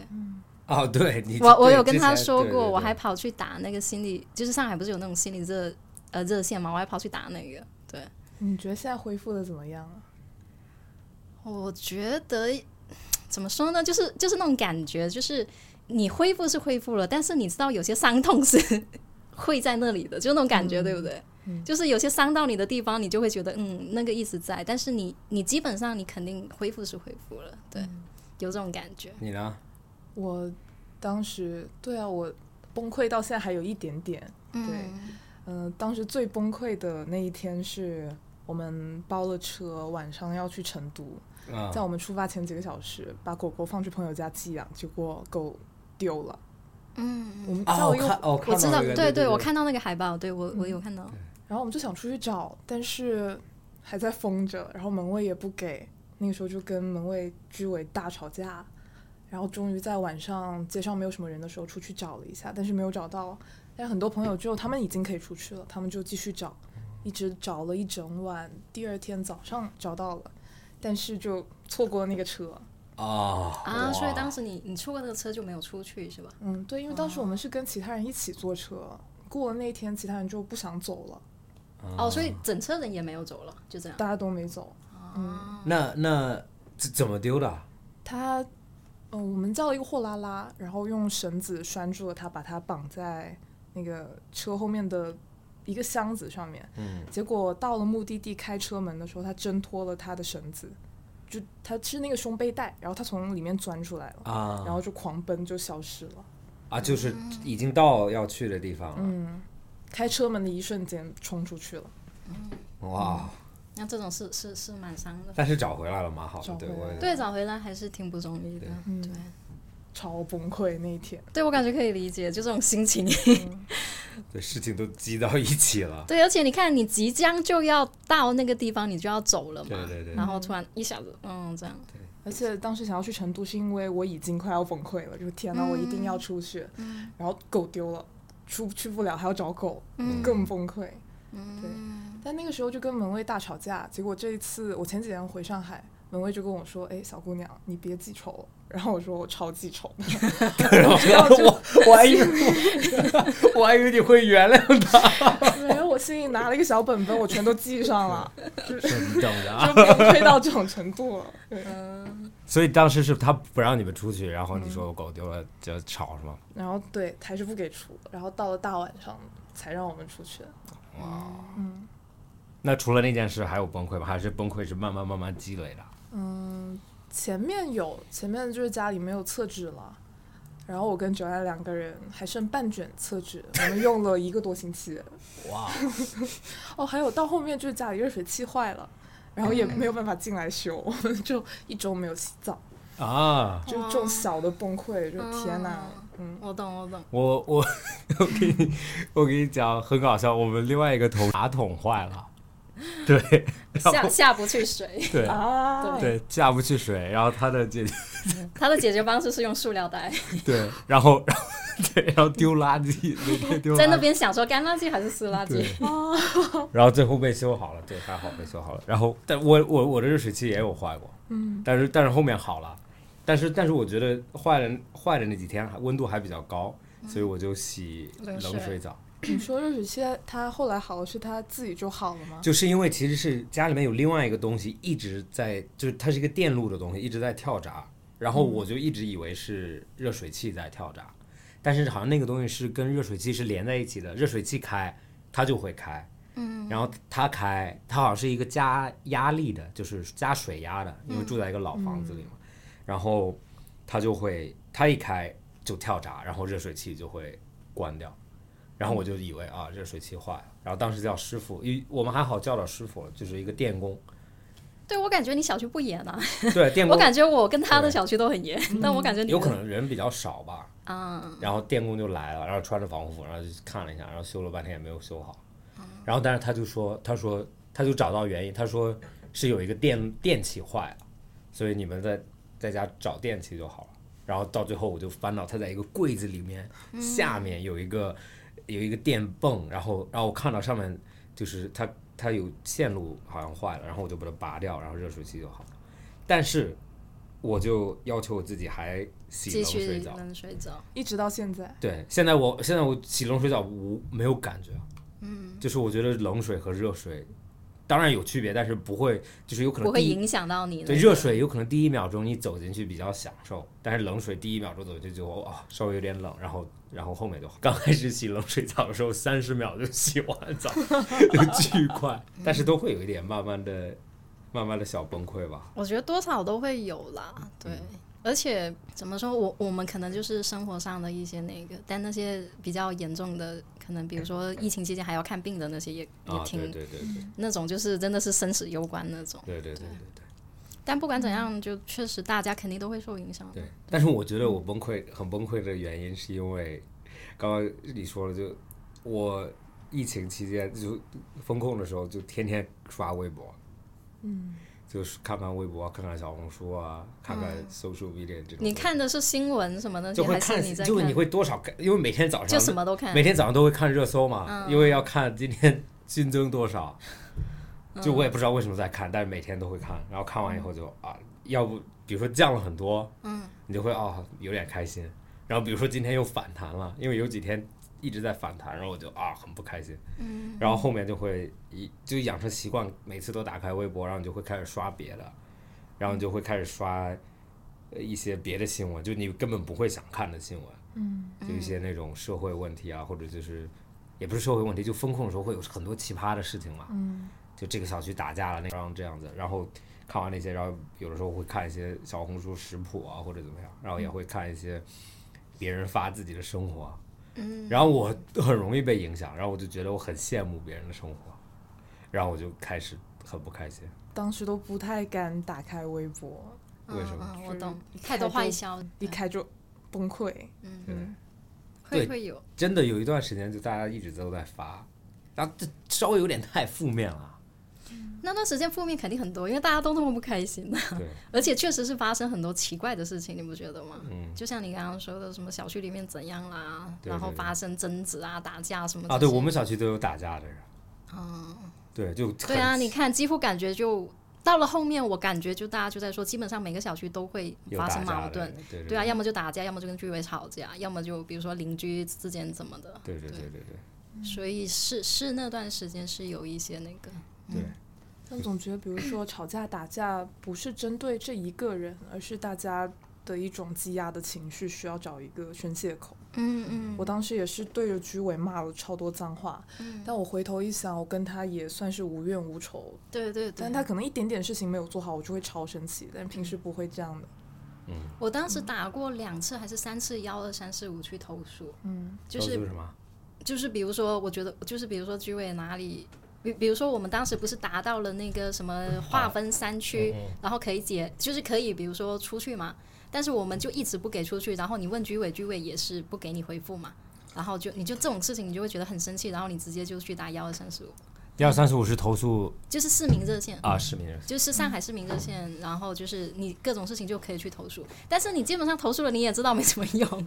Speaker 3: 哦，对你
Speaker 4: 我我
Speaker 3: 对
Speaker 4: 有跟
Speaker 3: 之
Speaker 4: 他
Speaker 3: 前
Speaker 4: 说
Speaker 3: 对
Speaker 4: 过，
Speaker 3: 对
Speaker 4: 我
Speaker 3: 对
Speaker 4: 还跑去打那个心理，就是上海不是有那种心理热呃热线嘛，我还跑去打那个。对，
Speaker 2: 你觉得现在恢复的怎么样啊？
Speaker 4: 我觉得怎么说呢？就是就是那种感觉，就是你恢复是恢复了，但是你知道有些伤痛是 会在那里的，就那种感觉，对不对？就是有些伤到你的地方，你就会觉得嗯，那个一直在，但是你你基本上你肯定恢复是恢复了，对，有这种感觉。
Speaker 3: 你呢？
Speaker 2: 我当时对啊，我崩溃到现在还有一点点。对，嗯、当时最崩溃的那一天是我们包了车，晚上要去成都，
Speaker 3: 啊
Speaker 2: 在我们出发前几个小时，把狗狗放去朋友家寄养，结果狗丢了。
Speaker 4: 嗯，
Speaker 2: 我们在
Speaker 3: 啊，我
Speaker 2: 又，
Speaker 3: 看，哦，
Speaker 4: 我知道，
Speaker 3: 对
Speaker 4: 对
Speaker 3: 对，
Speaker 4: 我看到那个海报，对我我有看到，
Speaker 2: 然后我们就想出去找，但是还在封着，然后门卫也不给。那个时候就跟门卫、居委大吵架，然后终于在晚上街上没有什么人的时候出去找了一下，但是没有找到。但是很多朋友之后他们已经可以出去了，他们就继续找，一直找了一整晚。第二天早上找到了，但是就错过了那个车。
Speaker 3: 哦
Speaker 4: 啊，所以
Speaker 3: 哇
Speaker 4: 当时你你出过那个车就没有出去是吧？
Speaker 2: 嗯，对，因为当时
Speaker 3: 哦
Speaker 2: 我们是跟其他人一起坐车，过了那一天，其他人就不想走了，
Speaker 4: 哦，所以整车人也没有走了，就这样。
Speaker 2: 大家都没走。
Speaker 3: 那那怎怎么丢的啊？
Speaker 2: 他，呃，我们叫了一个货拉拉，然后用绳子拴住了他，把他绑在那个车后面的一个箱子上面。
Speaker 3: 嗯，
Speaker 2: 结果到了目的地开车门的时候，他挣脱了他的绳子，就他是那个胸背带，然后他从里面钻出来了，
Speaker 3: 啊
Speaker 2: 然后就狂奔就消失了。
Speaker 3: 啊，就是
Speaker 4: 嗯
Speaker 3: 已经到要去的地方了。
Speaker 2: 开车门的一瞬间冲出去了，
Speaker 3: 哇！
Speaker 4: 那这种是是是蛮伤的，
Speaker 3: 但是找回来了，蛮好的。
Speaker 2: 找
Speaker 3: 对
Speaker 2: 回
Speaker 3: 我
Speaker 2: 来
Speaker 3: 也，
Speaker 4: 对，找回来还是挺不容易的。对，
Speaker 2: 超崩溃那一天。
Speaker 4: 对我感觉可以理解，就这种心 情。
Speaker 3: 对事情都积到一起了。
Speaker 4: 对，而且你看，你即将就要到那个地方，你就要走了嘛。
Speaker 3: 对对 对
Speaker 4: 然后突然一下子，嗯，这样。
Speaker 2: 而且当时想要去成都，是因为我已经快要崩溃了，就是天呐，我一定要出去。然后狗丢了，出去不了，还要找狗，更崩溃。对。但那个时候就跟门卫大吵架，结果这一次我前几天回上海，门卫就跟我说：“哎，小姑娘，你别记仇了。”然后我说：“我超记仇。
Speaker 3: 然后 我我还以为 我还以为你会原谅
Speaker 2: 对”然后我心里拿了一个小本本，我全都记上了，
Speaker 3: 你等着啊。
Speaker 2: 就崩溃到这种程度了。对。
Speaker 3: 所以当时是他不让你们出去，然后
Speaker 4: 嗯
Speaker 3: 你说我狗丢了就吵是吗？
Speaker 2: 然后对，还是不给出，然后到了大晚上才让我们出去。
Speaker 3: 那除了那件事还有崩溃吗？还是崩溃是慢慢慢慢积累的？
Speaker 2: 嗯，前面有，前面就是家里没有厕纸了，然后我跟九安两个人还剩半卷厕纸，我们用了一个多星期。
Speaker 3: 哇！
Speaker 2: 哦，还有到后面就是家里热水器坏了，然后也没有办法进来修，我们就一周没有洗澡，
Speaker 3: 啊！
Speaker 2: 就这种小的崩溃，就天哪，嗯，
Speaker 4: 我懂，我懂。
Speaker 3: 我我我给你我给你讲很搞笑，我们另外一个同马桶坏了，对， 然
Speaker 4: 下
Speaker 3: 后
Speaker 4: 下不 去水，
Speaker 3: 对
Speaker 2: 啊，
Speaker 3: 对下不去水，然后他的姐姐
Speaker 4: 它的解决方式是用塑料袋，
Speaker 3: 对，然后然后 对，然后丢垃圾，每天丢垃圾
Speaker 4: 在那边想说干垃圾还是湿垃圾
Speaker 3: 对。然后最后被修好了，对，还好被修好了。然后，但我我我的热水器也有坏过，嗯，但是但是后面好了，但是但是我觉得坏了坏的那几天还温度还比较高，所以我就洗
Speaker 4: 冷
Speaker 3: 冷水
Speaker 4: 水
Speaker 3: 澡，
Speaker 2: 你说热水器它后来好了，是它自己就好了吗？
Speaker 3: 就是因为其实是家里面有另外一个东西一直在，就是它是一个电路的东西一直在跳闸，然后我就一直以为是热水器在跳闸，但是好像那个东西是跟热水器是连在一起的，热水器开它就会开，嗯，然后它开它好像是一个加压力的，就是加水压的，因为住在一个老房子里嘛，然后它就会它一开就跳闸，然后热水器就会关掉。然后我就以为啊热水器坏了，然后当时叫师傅，因为我们还好叫到师傅了，就是一个电 工，
Speaker 4: 对我感觉你小区不严啊，
Speaker 3: 对电
Speaker 4: 我
Speaker 3: 工，
Speaker 4: 感觉我跟他的小区都很严，但我感觉你
Speaker 3: 有可
Speaker 4: 的
Speaker 3: 能人比较少吧，
Speaker 4: 啊，
Speaker 3: 然后电工就来了，然后穿着防护服，然后就看了一下，然后修了半天也没有修好，
Speaker 4: 嗯
Speaker 3: 然后但是他就说，他说他就找到原因，他说是有一个电电器坏了，所以你们在在家找电器就好了。然后到最后我就翻到他在一个柜子里面，
Speaker 4: 嗯
Speaker 3: 下面有一个有一个电泵，然后然后我看到上面就是它它有线路好像坏了，然后我就把它拔掉，然后热水器就好了。但是我就要求我自己还洗
Speaker 4: 继
Speaker 3: 冷水
Speaker 4: 续
Speaker 3: 澡，
Speaker 4: 冷水澡。
Speaker 2: 一直到现在，
Speaker 3: 对，现在我现在我洗冷水澡无没有感觉，嗯，就是我觉得冷水和热水当然有区别，但是不会，就是有可能
Speaker 4: 不会
Speaker 3: 第一
Speaker 4: 影响到你的。
Speaker 3: 对，热水有可能第一秒钟你走进去比较享受，但是冷水第一秒钟走进去就哦稍微有点冷，然后然后后面就好刚开始洗冷水澡的时候三十秒就洗完澡，就巨 快，但是都会有一点慢慢的慢慢的小崩溃吧。
Speaker 4: 我觉得多少都会有啦，
Speaker 3: 嗯
Speaker 4: 对。而且怎么说，我我们可能就是生活上的一些那个，但那些比较严重的，可能比如说疫情期间还要看病的那些也，也、
Speaker 3: 啊，
Speaker 4: 挺
Speaker 3: 对对对对
Speaker 4: 那种，就是真的是生死攸关那种。
Speaker 3: 对对对对对。
Speaker 4: 但不管怎样，就确实大家肯定都会受影响。
Speaker 3: 对，但是我觉得我崩溃很崩溃的原因是因为，刚刚你说了就，我疫情期间就风控的时候就天天刷微博，
Speaker 2: 嗯，
Speaker 3: 就是看看微博，看看小红书啊，看看 social media 这种东西。
Speaker 4: 嗯你看的是新闻什么的，
Speaker 3: 就会
Speaker 4: 还是
Speaker 3: 看，
Speaker 4: 你在
Speaker 3: 就是你会多少看，因为每天早
Speaker 4: 就
Speaker 3: 上
Speaker 4: 什么都看嗯
Speaker 3: 每。天早上都会看热搜嘛，因为要看今天新增多少。
Speaker 4: 嗯
Speaker 3: 就我也不知道为什么在看，但是每天都会看，然后看完以后就啊，要不比如说降了很多，
Speaker 4: 嗯，
Speaker 3: 你就会哦有点开心，然后比如说今天又反弹了，因为有几天一直在反弹，然后我就啊很不开心，嗯，然后后面就会一就养成习惯，每次都打开微博，然后你就会开始刷别的，然后你就会开始刷呃一些别的新闻，就你根本不会想看的新闻，
Speaker 2: 嗯，
Speaker 3: 就一些那种社会问题啊，或者就是也不是社会问题，就风控的时候会有很多奇葩的事情嘛，
Speaker 2: 嗯，
Speaker 3: 就这个小区打架了，那然后这样子，然后看完那些，然后有的时候会看一些小红书食谱啊或者怎么样，然后也会看一些别人发自己的生活，嗯，然后我很容易被影响，然后我就觉得我很羡慕别人的生活，然后我就开始很不开心，
Speaker 2: 当时都不太敢打开微博，
Speaker 3: 为什么？
Speaker 4: 嗯嗯
Speaker 2: 就
Speaker 4: 我
Speaker 2: 是
Speaker 4: 懂
Speaker 2: 一，
Speaker 4: 太
Speaker 2: 开
Speaker 4: 多
Speaker 2: 就
Speaker 4: 坏消，
Speaker 2: 一
Speaker 4: 对
Speaker 2: 开就崩溃。
Speaker 3: 对。
Speaker 4: 会
Speaker 3: 对
Speaker 4: 会有。
Speaker 3: 真的有一段时间，就大家一直都在发，然后这稍微有点太负面了。
Speaker 4: 那段时间负面肯定很多，因为大家都那么不开心、
Speaker 3: 对，
Speaker 4: 而且确实是发生很多奇怪的事情，你不觉得吗？
Speaker 3: 嗯
Speaker 4: 就像你刚刚说的，什么小区里面怎样啦，
Speaker 3: 对
Speaker 4: 然后
Speaker 3: 对
Speaker 4: 发生争执啊、打架什么
Speaker 3: 啊，
Speaker 4: 这
Speaker 3: 对
Speaker 4: 些
Speaker 3: 我们小区都有打架的人。对，就很
Speaker 4: 哦对啊，你看，几乎感觉就到了后面，我感觉就大家就在说，基本上每个小区都会
Speaker 3: 有
Speaker 4: 发
Speaker 3: 打
Speaker 4: 生
Speaker 3: 架
Speaker 4: 矛
Speaker 3: 的
Speaker 4: 盾
Speaker 3: 人。，对
Speaker 4: 对啊，，要么就打架，要么就跟居委吵架，要么就比如说邻居之间怎么的，
Speaker 3: 对对对对对
Speaker 4: 所以是是那段时间是有一些那个，
Speaker 3: 对，
Speaker 2: 但总觉得，比如 说吵架、打架，不是针对这一个人，而是大家的一种积压的情绪，需要找一个宣泄口。
Speaker 4: 嗯嗯，
Speaker 2: 我当时也是对着居委骂了超多脏话，
Speaker 4: 嗯
Speaker 2: 但我回头一想，我跟他也算是无怨无仇，
Speaker 4: 对对对嗯
Speaker 2: 但。他可能一点点事情没有做好，我就会超生气，但平时不会这样的。
Speaker 4: 我当时打过两次还是三次幺二三四五去投诉，
Speaker 2: 嗯，
Speaker 4: 就
Speaker 3: 都
Speaker 4: 是
Speaker 3: 什么？
Speaker 4: 就是比如说，我觉得就是比如说居委哪里，比比如说我们当时不是达到了那个什么划分三区，然后可以解，就是可以比如说出去嘛，但是我们就一直不给出去，然后你问居委，居委也是不给你回复嘛，然后就你就这种事情你就会觉得很生气，然后你直接就去打幺二三四五，
Speaker 3: 一二三四五是投诉
Speaker 4: 就是市民热线。
Speaker 3: 啊，市民人
Speaker 4: 就是上海市民热线，然后就是你各种事情就可以去投诉，但是你基本上投诉了，你也知道没什么用，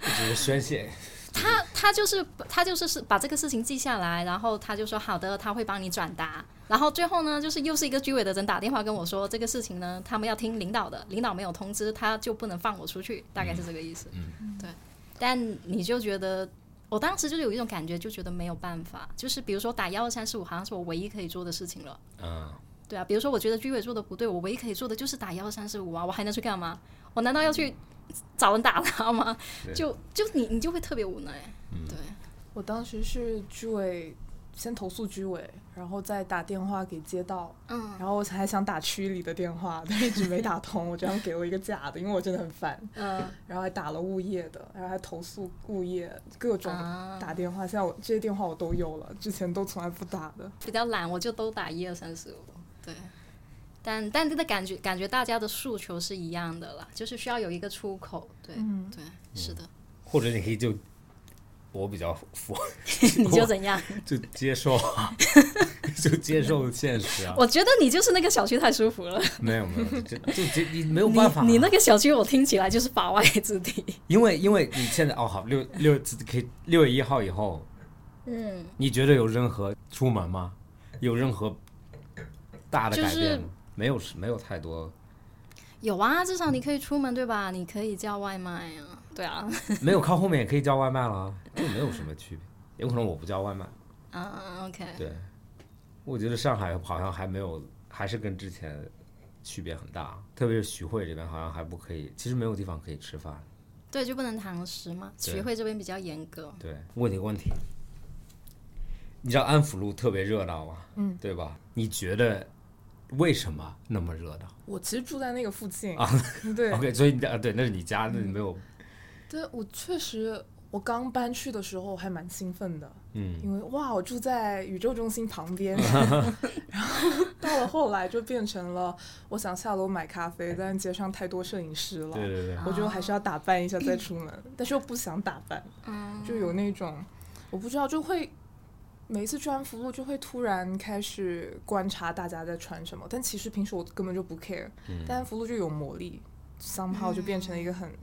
Speaker 3: 只是宣泄。
Speaker 4: 他他就是他就是是把这个事情记下来，然后他就说好的，他会帮你转达。然后最后呢，就是又是一个居委的人打电话跟我说这个事情呢，他们要听领导的，领导没有通知，他就不能放我出去，大概是这个意思。嗯，对。但你就觉得，我当时就有一种感觉，就觉得没有办法，就是比如说打幺二三四五，好像是我唯一可以做的事情了。
Speaker 3: 嗯，
Speaker 4: 对啊，比如说我觉得居委做的不对，我唯一可以做的就是打幺三四五啊，我还能去干嘛？我难道要去找人打他吗？就就你你就会特别无奈，对，
Speaker 2: 我当时是居委先投诉居委，然后再打电话给街道，
Speaker 4: 嗯
Speaker 2: 然后我还想打区里的电话，但一直没打通，我这样给我一个假的，因为我真的很烦。
Speaker 4: 呃，
Speaker 2: 然后还打了物业的，然后还投诉物业，各种
Speaker 4: 啊
Speaker 2: 打电话。现在我这些电话我都有了，之前都从来不打的。
Speaker 4: 比较懒，我就都打一二三四五，对。但但真的感觉感觉大家的诉求是一样的啦，就是需要有一个出口，对、
Speaker 2: 嗯，
Speaker 4: 对，是的，
Speaker 3: 或者你可以就，我比较佛，
Speaker 4: 你就怎样？
Speaker 3: 就接受啊， 就接受现实啊。
Speaker 4: 我觉得你就是那个小区太舒服了，
Speaker 3: 没有没有， 就就就你没有办法啊、
Speaker 4: 你你那个小区我听起来就是法外之地，
Speaker 3: 因为因为你现在哦好六六可以六月一号以后，
Speaker 4: 嗯，
Speaker 3: 你觉得有任何出门吗？有任何大的
Speaker 4: 就
Speaker 3: 改
Speaker 4: 是
Speaker 3: 变吗？没有，没有太多，
Speaker 4: 有啊，至少你可以出门对吧？你可以叫外卖啊，对啊，
Speaker 3: 没有靠后面也可以叫外卖了啊，这没有什么区别。有可能我不叫外卖，
Speaker 4: 嗯，OK，
Speaker 3: 对，我觉得上海好像还没有，还是跟之前区别很大，特别是徐汇这边好像还不可以，其实没有地方可以吃饭。
Speaker 4: 对，就不能堂食嘛。
Speaker 3: 对
Speaker 4: 学会这边比较严格，
Speaker 3: 对，问你个问题，你知道安福路特别热闹吗？嗯，对吧？你觉得为什么那么热闹
Speaker 2: 我其实住在那个附近啊，对
Speaker 3: ？OK，所以你啊，对，那是你家，
Speaker 4: 嗯
Speaker 3: 那你没有，
Speaker 2: 对，我确实，我刚搬去的时候还蛮兴奋的，嗯，因为哇，我住在宇宙中心旁 边，然后到了后来就变成了，我想下楼买咖啡，但是街上太多摄影师了，
Speaker 3: 对对对，
Speaker 2: 我觉得还是要打扮一下再出门，
Speaker 4: 嗯
Speaker 2: 但是又不想打扮，就有那种我不知道，就会每一次去安福路就会突然开始观察大家在穿什么，但其实平时我根本就不 care，、但安福路就有魔力，somehow 就变成了一个很
Speaker 4: 嗯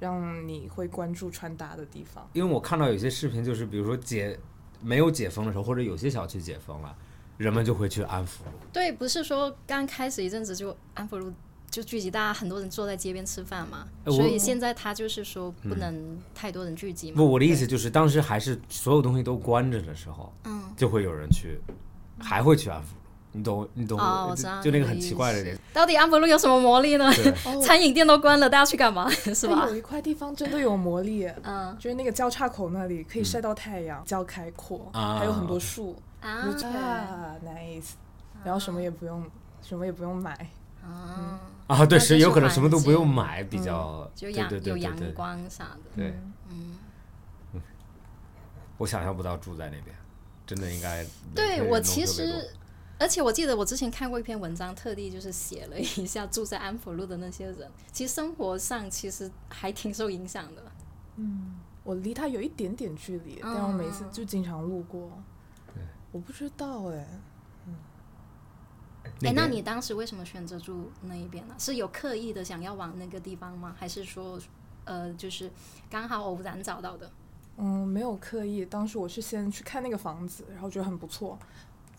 Speaker 2: 让你会关注穿搭的地方。
Speaker 3: 因为我看到有些视频，就是比如说解没有解封的时候，或者有些小区解封了，人们就会去安福路。
Speaker 4: 对，不是说刚开始一阵子就安福路就聚集，大家很多人坐在街边吃饭嘛，
Speaker 3: 哎我嗯
Speaker 4: 所以现在他就是说不能太多人聚集嘛。
Speaker 3: 不，我的意思就是，当时还是所有东西都关着的时候，嗯，就会有人去，还会去安福路。你懂，你懂，
Speaker 4: 哦
Speaker 3: 我
Speaker 4: 我
Speaker 3: 就
Speaker 4: 知道
Speaker 3: 就那
Speaker 4: 你
Speaker 3: 个
Speaker 4: 的
Speaker 3: 很
Speaker 4: 意
Speaker 3: 奇怪的
Speaker 4: 思
Speaker 3: 点，
Speaker 4: 到底安福路有什么魔力呢？
Speaker 3: 对，
Speaker 4: 餐饮店都关了，大家去干嘛？是
Speaker 2: 但
Speaker 4: 吧？
Speaker 2: 有一块地方真的有魔力耶，
Speaker 4: 嗯
Speaker 2: 就是那个交叉口那里可以晒到太阳，比较开阔，
Speaker 3: 啊
Speaker 2: 还有很多树，
Speaker 4: 啊
Speaker 2: 我就啊，nice，然后什么也不用，什么也不用买。
Speaker 4: 啊，
Speaker 3: 啊，对，
Speaker 4: 那就是是
Speaker 3: 有可能什么都
Speaker 4: 环
Speaker 3: 不用
Speaker 4: 境
Speaker 3: 买，比较
Speaker 4: 嗯就
Speaker 3: 对
Speaker 4: 阳
Speaker 3: 对对
Speaker 4: 有
Speaker 3: 对
Speaker 4: 阳
Speaker 3: 对
Speaker 4: 光啥的。
Speaker 3: 对，嗯我想象不到住在那边，真的应该每天
Speaker 4: 对
Speaker 3: 人
Speaker 4: 我
Speaker 3: 都
Speaker 4: 其
Speaker 3: 特别多
Speaker 4: 实，而且我记得我之前看过一篇文章，特地就是写了一下住在安福路的那些人，其实生活上其实还挺受影响的。
Speaker 2: 我离它有一点点距离，但我每次就经常路过。我不知道哎、
Speaker 4: 哎，那
Speaker 3: 边
Speaker 4: 你当时为什么选择住那一边呢？是有刻意的想要往那个地方吗？还是说，呃，就是刚好偶然找到的？
Speaker 2: 嗯，没有刻意。当时我是先去看那个房子，然后觉得很不错。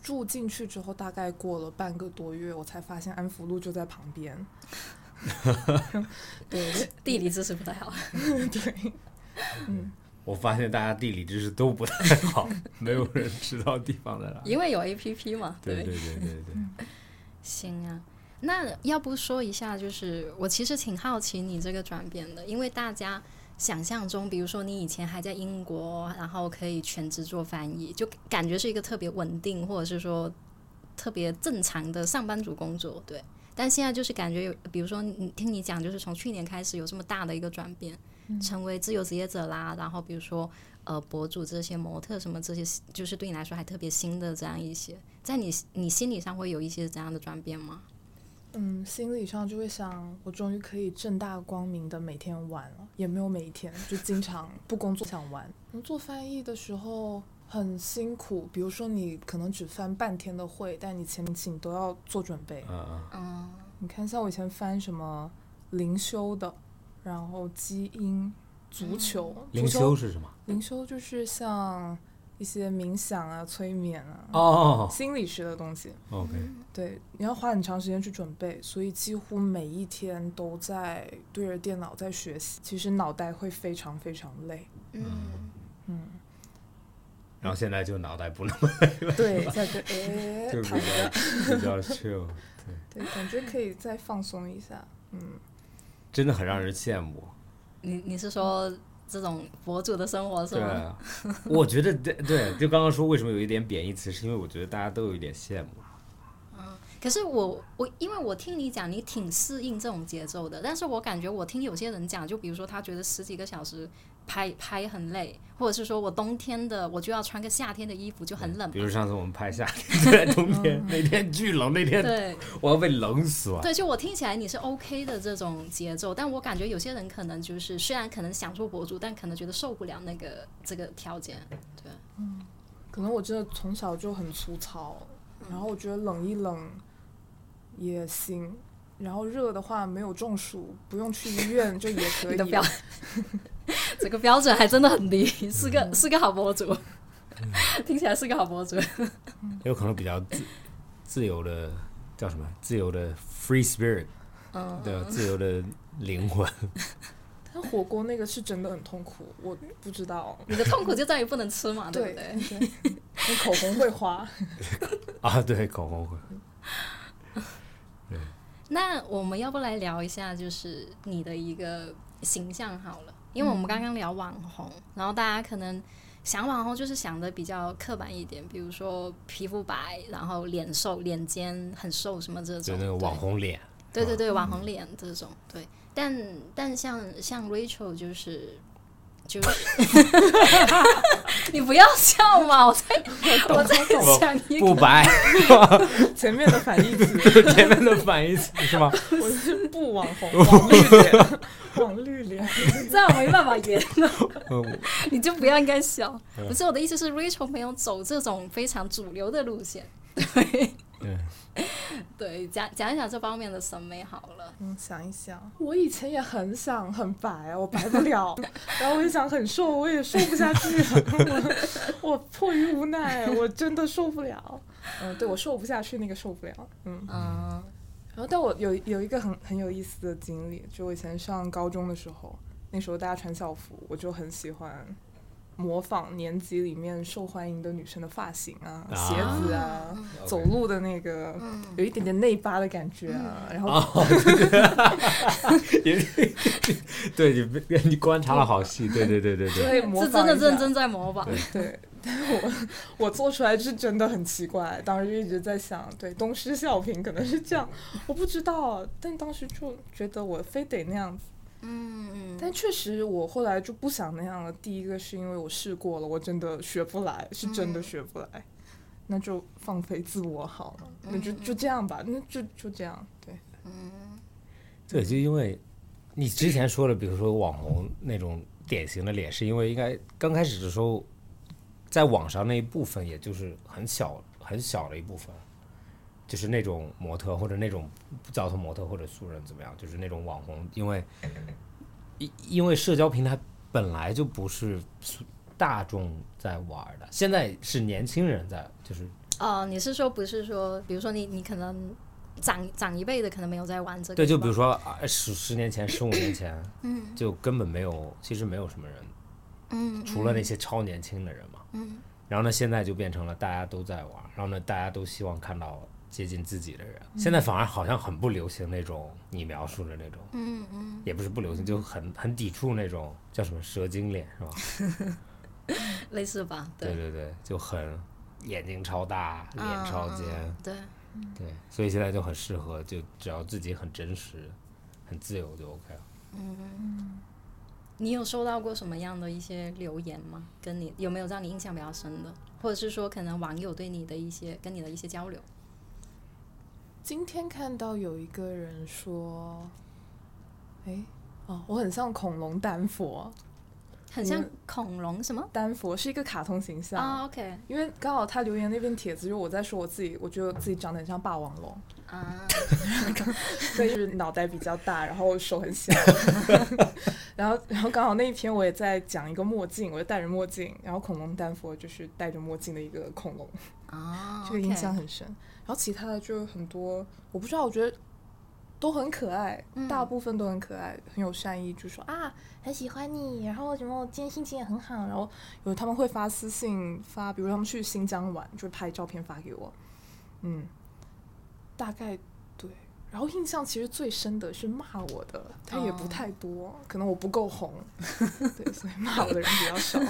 Speaker 2: 住进去之后，大概过了半个多月，我才发现安福路就在旁边。对
Speaker 4: 地理知识不太好。
Speaker 2: 对，
Speaker 3: 我发现大家地理知识都不太 好，没有人知道地方在哪。
Speaker 4: 因为有 A P P 嘛，
Speaker 3: 对对对对嗯对，
Speaker 4: 行啊，那要不说一下，就是我其实挺好奇你这个转变的，因为大家想象中，比如说你以前还在英国，然后可以全职做翻译，就感觉是一个特别稳定，或者是说特别正常的上班族工作，对。但现在就是感觉有，比如说你听你讲，就是从去年开始有这么大的一个转变，成为自由职业者啦，然后比如说呃博主这些模特什么这些，就是对你来说还特别新的这样一些。在你你心理上会有一些怎样的转变吗？
Speaker 2: 嗯，心理上就会想，我终于可以正大光明的每天玩了，也没有每一天，就经常不工作想玩。嗯做翻译的时候很辛苦，比如说你可能只翻半天的会，但你前景都要做准备。
Speaker 3: 嗯嗯，
Speaker 2: 你看，像我以前翻什么灵修的，然后基因、足球、
Speaker 3: 灵
Speaker 2: 足
Speaker 3: 修是什么？
Speaker 2: 灵修就是像一些冥想啊、催眠啊、
Speaker 4: 嗯
Speaker 3: 哦
Speaker 2: 心理学的东西。
Speaker 3: ，OK，
Speaker 2: 对，你要花很长时间去准备，所以几乎每一天都在对着电脑在学习，其实脑袋会非常非常 累。
Speaker 3: 然后现在就脑袋不那么
Speaker 2: 对，在这诶
Speaker 3: 就比
Speaker 2: 躺着，
Speaker 3: 较比较 chill，
Speaker 2: 对，感觉可以再放松一下。
Speaker 3: 真的很让人羡慕。
Speaker 4: 你你是说这种博主的生活是
Speaker 3: 对
Speaker 4: 吗？
Speaker 3: 啊，我觉得对对，就刚刚说为什么有一点贬义词，是因为我觉得大家都有一点羡慕。
Speaker 4: 可是我我因为我听你讲，你挺适应这种节奏的，但是我感觉我听有些人讲，就比如说他觉得十几个小时拍拍很累，或者是说我冬天的我就要穿个夏天的衣服就很冷
Speaker 3: 比。如上次我们拍夏天，就在冬天，那天巨冷，那天
Speaker 4: 嗯对
Speaker 3: 我要被冷死了。
Speaker 4: 对，就我听起来你是 OK 的这种节奏，但我感觉有些人可能就是虽然可能想做博主，但可能觉得受不了那个这个条件。对，
Speaker 2: 可能我真的从小就很粗糙，然后我觉得冷一冷也行，然后热的话没有中暑，不用去医院就也可
Speaker 4: 你
Speaker 2: 以
Speaker 4: 的。标，这个标准还真的很低，是个是个好博主， 听起来是个好博主。
Speaker 3: 有可能比较自自由的叫什么？自由的 free spirit，
Speaker 4: 嗯，
Speaker 3: 对吧？自由的灵魂。
Speaker 2: 但火锅那个是真的很痛苦，我不知道。
Speaker 4: 你的痛苦就在于不能吃嘛，对不
Speaker 2: 对
Speaker 4: 对？
Speaker 2: 对你口红会 花，
Speaker 3: 啊，对，口红会。
Speaker 4: 那我们要不来聊一下，就是你的一个形象好了，因为我们刚刚聊网红，然后大家可能想网红就是想的比较刻板一点，比如说皮肤白，然后脸瘦、脸尖很瘦什么这种，
Speaker 3: 就那个网红脸，
Speaker 4: 对，对对
Speaker 2: 嗯
Speaker 4: 对，网红脸这种，对。但但像像 Rachel 就是 就是，你不要笑嘛，我在我在想一个
Speaker 3: 不白
Speaker 2: 前面的反义词
Speaker 3: 前面的反义词是吗？
Speaker 2: 我是不网红，网绿脸， 网绿脸。
Speaker 4: 这样我没办法圆了
Speaker 3: 嗯，
Speaker 4: 你就不要应该笑。
Speaker 2: 嗯
Speaker 4: 不是我的意思是，Rachel 没有走这种非常主流的路线。对
Speaker 2: 嗯
Speaker 3: 对，
Speaker 4: 对，讲讲一讲这方面的审美好了。
Speaker 2: 嗯，想一想，我以前也很想很白，啊我白不了， 然后我也想很瘦，我也瘦不下去， 我我迫于无奈，我真的受不了。嗯，对我瘦不下去那个受不了，嗯。
Speaker 4: 嗯，
Speaker 2: 然后，但我有有一个很很有意思的经历，就我以前上高中的时候，那时候大家穿校服，我就很喜欢模仿年级里面受欢迎的女生的发型啊、
Speaker 3: 啊
Speaker 2: 鞋子啊、走路的那个、有一点点内八的感觉啊，然后
Speaker 3: 哦， 也对你被，你观察的好细，对对对对
Speaker 2: 就
Speaker 3: 对，
Speaker 2: 会模
Speaker 4: 是
Speaker 2: 仿
Speaker 4: 真的
Speaker 2: 一下
Speaker 4: 认真在模仿。
Speaker 2: 对，但是我我做出来是真的很奇怪，当时就一直在想，对东施效颦可能是这样，我不知道，但当时就觉得我非得那样子，
Speaker 4: 嗯嗯
Speaker 2: 但确实我后来就不想那样了。第一个是因为我试过了，我真的学不来，是真的学不来，那就放飞自我好了，那就就这样吧，那就就这样，对，
Speaker 3: 对，就因为你之前说的，比如说网红那种典型的脸，是因为应该刚开始的时候，在网上那一部分，也就是很小很小的一部分，就是那种模特或者那种不叫他模特或者素人怎么样，就是那种网红，因为因因为社交平台本来就不是大众在玩儿的，现在是年轻人在，就是
Speaker 4: 哦，你是说不是说，比如说你你可能长长一辈的嗯可能没有在玩这个，
Speaker 3: 对，就比
Speaker 4: 是
Speaker 3: 如
Speaker 4: 吧
Speaker 3: 说啊十十年前、十五年前，就根本没有，其实没有什么人，
Speaker 4: 嗯
Speaker 3: 除了那些超年轻的人嘛，然后呢，现在就变成了大家都在玩，然后呢，大家都希望看到接近自己的人，
Speaker 4: 嗯
Speaker 3: 现在反而好像很不流行那种你描述的那种，
Speaker 4: 嗯嗯，
Speaker 3: 也不是不流行，就很很抵触那种叫什么蛇精脸是吧？
Speaker 4: 类似吧，
Speaker 3: 对对对，就很眼睛超大，脸
Speaker 4: 嗯
Speaker 3: 超
Speaker 4: 嗯
Speaker 3: 尖，
Speaker 4: 对，
Speaker 3: 对，所以现在就很适合，就只要自己很真实、很自由就 OK 了。
Speaker 4: 你有收到过什么样的一些留言吗？跟你有没有让你印象比较深的，或者是说可能网友对你的一些跟你的一些交流？
Speaker 2: 今天看到有一个人说，哎，哦，我很像恐龙丹佛，
Speaker 4: 很像
Speaker 3: 嗯
Speaker 4: 恐龙什么？
Speaker 2: 丹佛是一个卡通形象。
Speaker 4: 啊，OK，
Speaker 2: 因为刚好他留言那篇帖子，就是我在说我自己，我觉得我自己长得很像霸王龙，
Speaker 4: 啊，
Speaker 2: 所以就是脑袋比较大，然后手很小，然后然后刚好那一篇我也在讲一个墨镜，我就戴着墨镜，然后恐龙丹佛就是戴着墨镜的一个恐龙，
Speaker 4: 啊，
Speaker 2: 这个印象很深。然后其他的就很多，我不知道，我觉得都很可爱，大部分都很可爱，很有善意，就说啊很喜欢你，然后什么我今天心情也很好，然后有他们会发私信发，比如他们去新疆玩，就拍照片发给我，嗯，大概对。然后印象其实最深的是骂我的，他也不
Speaker 4: 哦
Speaker 2: 太多，可能我不够红，对，所以骂我的人比较少。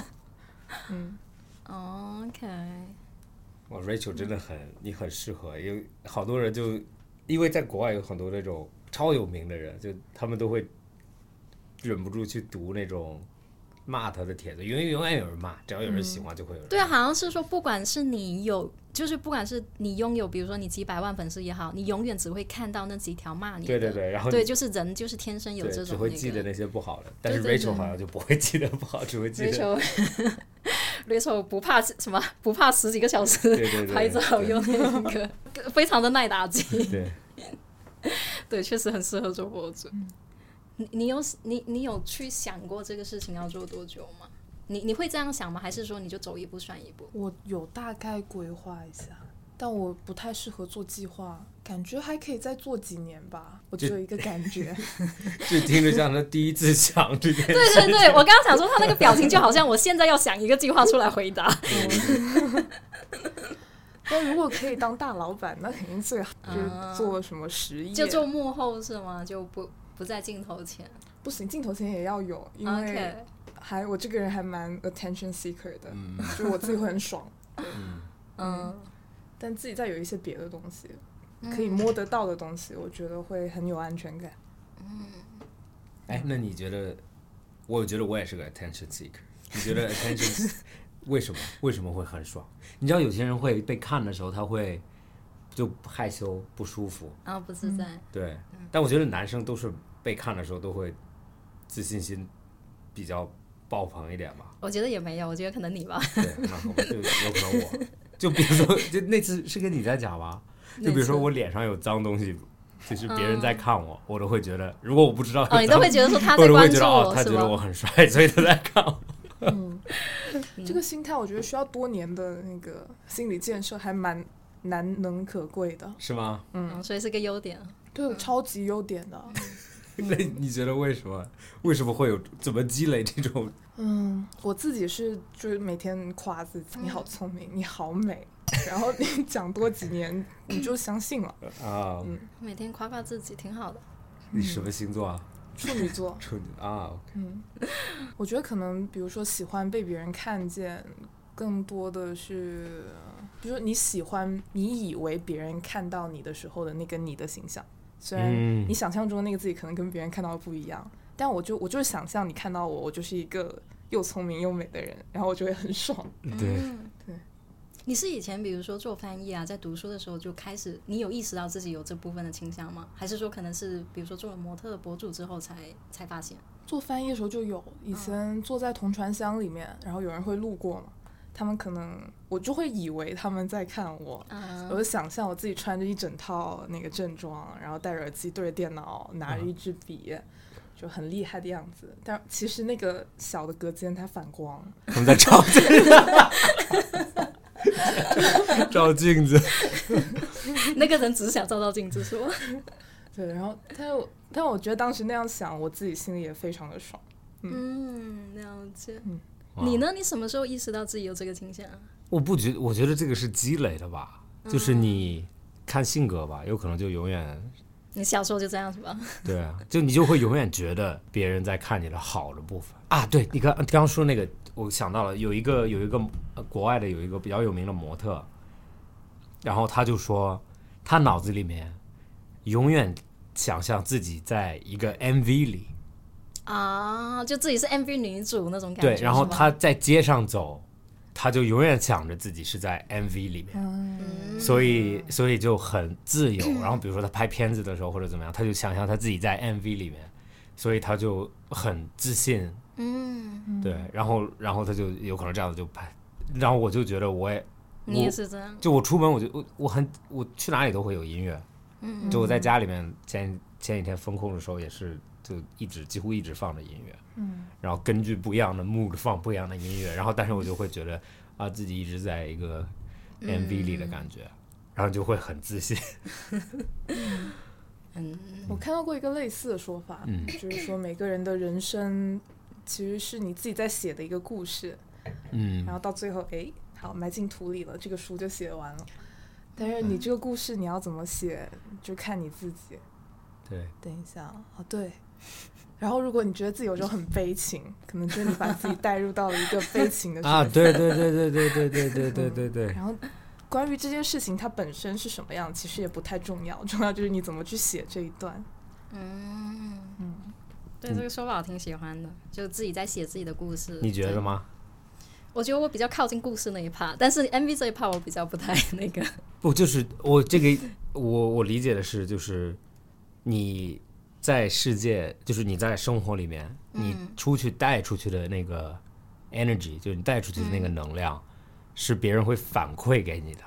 Speaker 2: 嗯，
Speaker 4: o k
Speaker 3: 哇，Rachel 真的很，你很适合，因为好多人就因为在国外有很多那种超有名的人，就他们都会忍不住去读那种骂他的帖子，因为永远有人骂，只要有人喜欢就会有人。
Speaker 4: 对啊，好像是说，不管是你有，就是不管是你拥有，比如说你几百万粉丝也好，你永远只会看到那几条骂你的。
Speaker 3: 对对对，然后
Speaker 4: 对，就是人就是天生有
Speaker 3: 对
Speaker 4: 这种、那个、
Speaker 3: 只会记得那些不好的，但是
Speaker 4: 对对
Speaker 3: Rachel 好像就不会记得不好，只会记得
Speaker 4: Rachel Rachel 不怕什么，不怕十几个小时
Speaker 3: 对对对
Speaker 4: 拍照
Speaker 3: 对
Speaker 4: 用那个，非常的耐打击。
Speaker 3: 对。
Speaker 4: 对，确实很适合做博主。
Speaker 2: 嗯
Speaker 4: 你你有你你有去想过这个事情要做多久吗？你你会这样想吗？还是说你就走一步算一步？
Speaker 2: 我有大概规划一下，但我不太适合做计划，感觉还可以再做几年吧。我只有一个感觉，
Speaker 3: 就听着像他第一次讲这件
Speaker 4: 对对
Speaker 2: 嗯
Speaker 4: 对，我刚刚想说他那个表情就好像我现在要想一个计划出来回答。
Speaker 2: 但如果可以当大老板，那肯定最好，就是做什么实业，
Speaker 4: 啊就做幕后是吗？就不不在镜头前
Speaker 2: 不行，镜头前也要有，因为
Speaker 4: ？OK，
Speaker 2: 还我这个人还蛮 attention seeker 的，就我自己会很 爽，
Speaker 4: 嗯，
Speaker 2: 但自己再有一些别的东西，可以摸得到的东西，我觉得会很有安全感。
Speaker 3: 哎，那你觉得？我觉得我也是个 attention seeker。你觉得 attention 为什么为什么会很爽？你知道有些人会被看的时候，他会就害羞不舒服，
Speaker 4: 然啊后不自在，
Speaker 2: 嗯
Speaker 3: 对。但我觉得男生都是被看的时候都会自信心比较爆棚一点吧。
Speaker 4: 我觉得也没有，我觉得可能你吧，
Speaker 3: 对，那可能就有可能我，就比如说，就那次是跟你在讲吧，就比如说我脸上有脏东西，就是别人在看我，我都会觉得，如果我不知道有
Speaker 4: 嗯哦，
Speaker 3: 脏，
Speaker 4: 你都会觉得说他
Speaker 3: 或
Speaker 4: 在
Speaker 3: 者会
Speaker 4: 关
Speaker 3: 觉
Speaker 4: 注
Speaker 3: 得哦，他
Speaker 4: 是
Speaker 3: 觉得我
Speaker 4: 吗？
Speaker 3: 很帅，所以他在看我。
Speaker 2: 这个心态，我觉得需要多年的那个心理建设，还蛮难能可贵的。
Speaker 3: 是吗？
Speaker 4: 嗯， 所以是个优点。
Speaker 2: 对，超级优点的。
Speaker 3: 那你觉得为什么？为什么会有怎么积累这种？
Speaker 2: 嗯，我自己是就是每天夸自己，你好聪明，你好美，然后你讲多几年你就相信了。
Speaker 3: 啊，
Speaker 4: 每天夸夸自己挺好的，
Speaker 3: 你什么星座啊？
Speaker 2: 处女座，
Speaker 3: 处女啊，OK，
Speaker 2: 我觉得可能比如说喜欢被别人看见，更多的是，比如说你喜欢你以为别人看到你的时候的那个你的形象，虽然
Speaker 3: 嗯
Speaker 2: 你想象中的那个自己可能跟别人看到的不一样，但我就我就是想象你看到我，我就是一个又聪明又美的人，然后我就会很爽。
Speaker 4: 嗯
Speaker 3: 对，
Speaker 4: 你是以前比如说做翻译啊，在读书的时候就开始，你有意识到自己有这部分的倾向吗？还是说可能是比如说做了模特博主之后才才发现？
Speaker 2: 做翻译的时候就有，以前坐在同传箱里面，然后有人会路过嘛，他们可能我就会以为他们在看我，我
Speaker 4: 嗯，
Speaker 2: 就想象我自己穿着一整套那个正装，然后戴着耳机对着电脑，拿着一支笔，就很厉害的样子。但其实那个小的隔间它反光，
Speaker 3: 他们在照镜子， 照镜子，
Speaker 4: 那个人只想照照镜子说，
Speaker 2: 对，然后但我但我觉得当时那样想，我自己心里也非常的爽。
Speaker 4: 嗯，了解。
Speaker 3: 哇
Speaker 4: 你呢？你什么时候意识到自己有这个倾向啊？
Speaker 3: 我不觉，我觉得这个是积累的吧，就是你看性格吧，有可能就永远
Speaker 4: 你小时候就这样是吧？
Speaker 3: 对啊，就你就会永远觉得别人在看你的好的部分啊。对你刚刚刚说那个，我想到了有一个有一个、呃国外的有一个比较有名的模特，然后他就说他脑子里面永远想象自己在一个 MV 里，
Speaker 4: 啊，就自己是 MV 女主那种感觉。
Speaker 3: 对，然后
Speaker 4: 是吗
Speaker 3: 他在街上走，他就永远想着自己是在 MV 里面。
Speaker 4: 嗯
Speaker 3: 所以，所以就很自由。然后，比如说他拍片子的时候或者怎么样，他就想象他自己在 MV 里面，所以他就很自信。
Speaker 4: 嗯，
Speaker 3: 对，然后，然后他就有可能这样子就拍。然后我就觉得我也，
Speaker 4: 你也
Speaker 3: 我
Speaker 4: 是这样。
Speaker 3: 就我出门我就我我很我去哪里都会有音乐。嗯，就我在家里面前前几天风控的时候也是，就一直几乎一直放着音乐。嗯，然后根据不一样的 mood 放不一样的音乐，然后但是我就会觉得 啊自己一直在一个 MV 里的感觉，然后就会很自信。
Speaker 2: 我看到过一个类似的说法，就是说每个人的人生其实是你自己在写的一个故事，
Speaker 3: 嗯
Speaker 2: 然后到最后，哎，好埋进土里了，这个书就写完了。但是你这个故事你要怎么写，就看你自己。，
Speaker 3: 对，
Speaker 2: 等一下啊，哦对。然后，如果你觉得自己有时候很悲情，可能就是你把自己带入到了一个悲情的
Speaker 3: 啊，对对对对对对对对对对对，
Speaker 2: 然后，关于这件事情它本身是什么样，其实也不太重要，重要就是你怎么去写这一段。
Speaker 4: 嗯，对这个说法我挺喜欢的，就自己在写自己的故事。
Speaker 3: 你觉得
Speaker 4: 对？
Speaker 3: 吗？
Speaker 4: 我觉得我比较靠近故事那一 part，但是 MV 这一 part 我比较不太那 个。
Speaker 3: 不，就是我这个，我我理解的是，就是你在世界，就是你在生活里面，你出去带出去的那个 energy，就是你带出去的那
Speaker 4: 嗯
Speaker 3: 个能量，是别人会反馈给你的。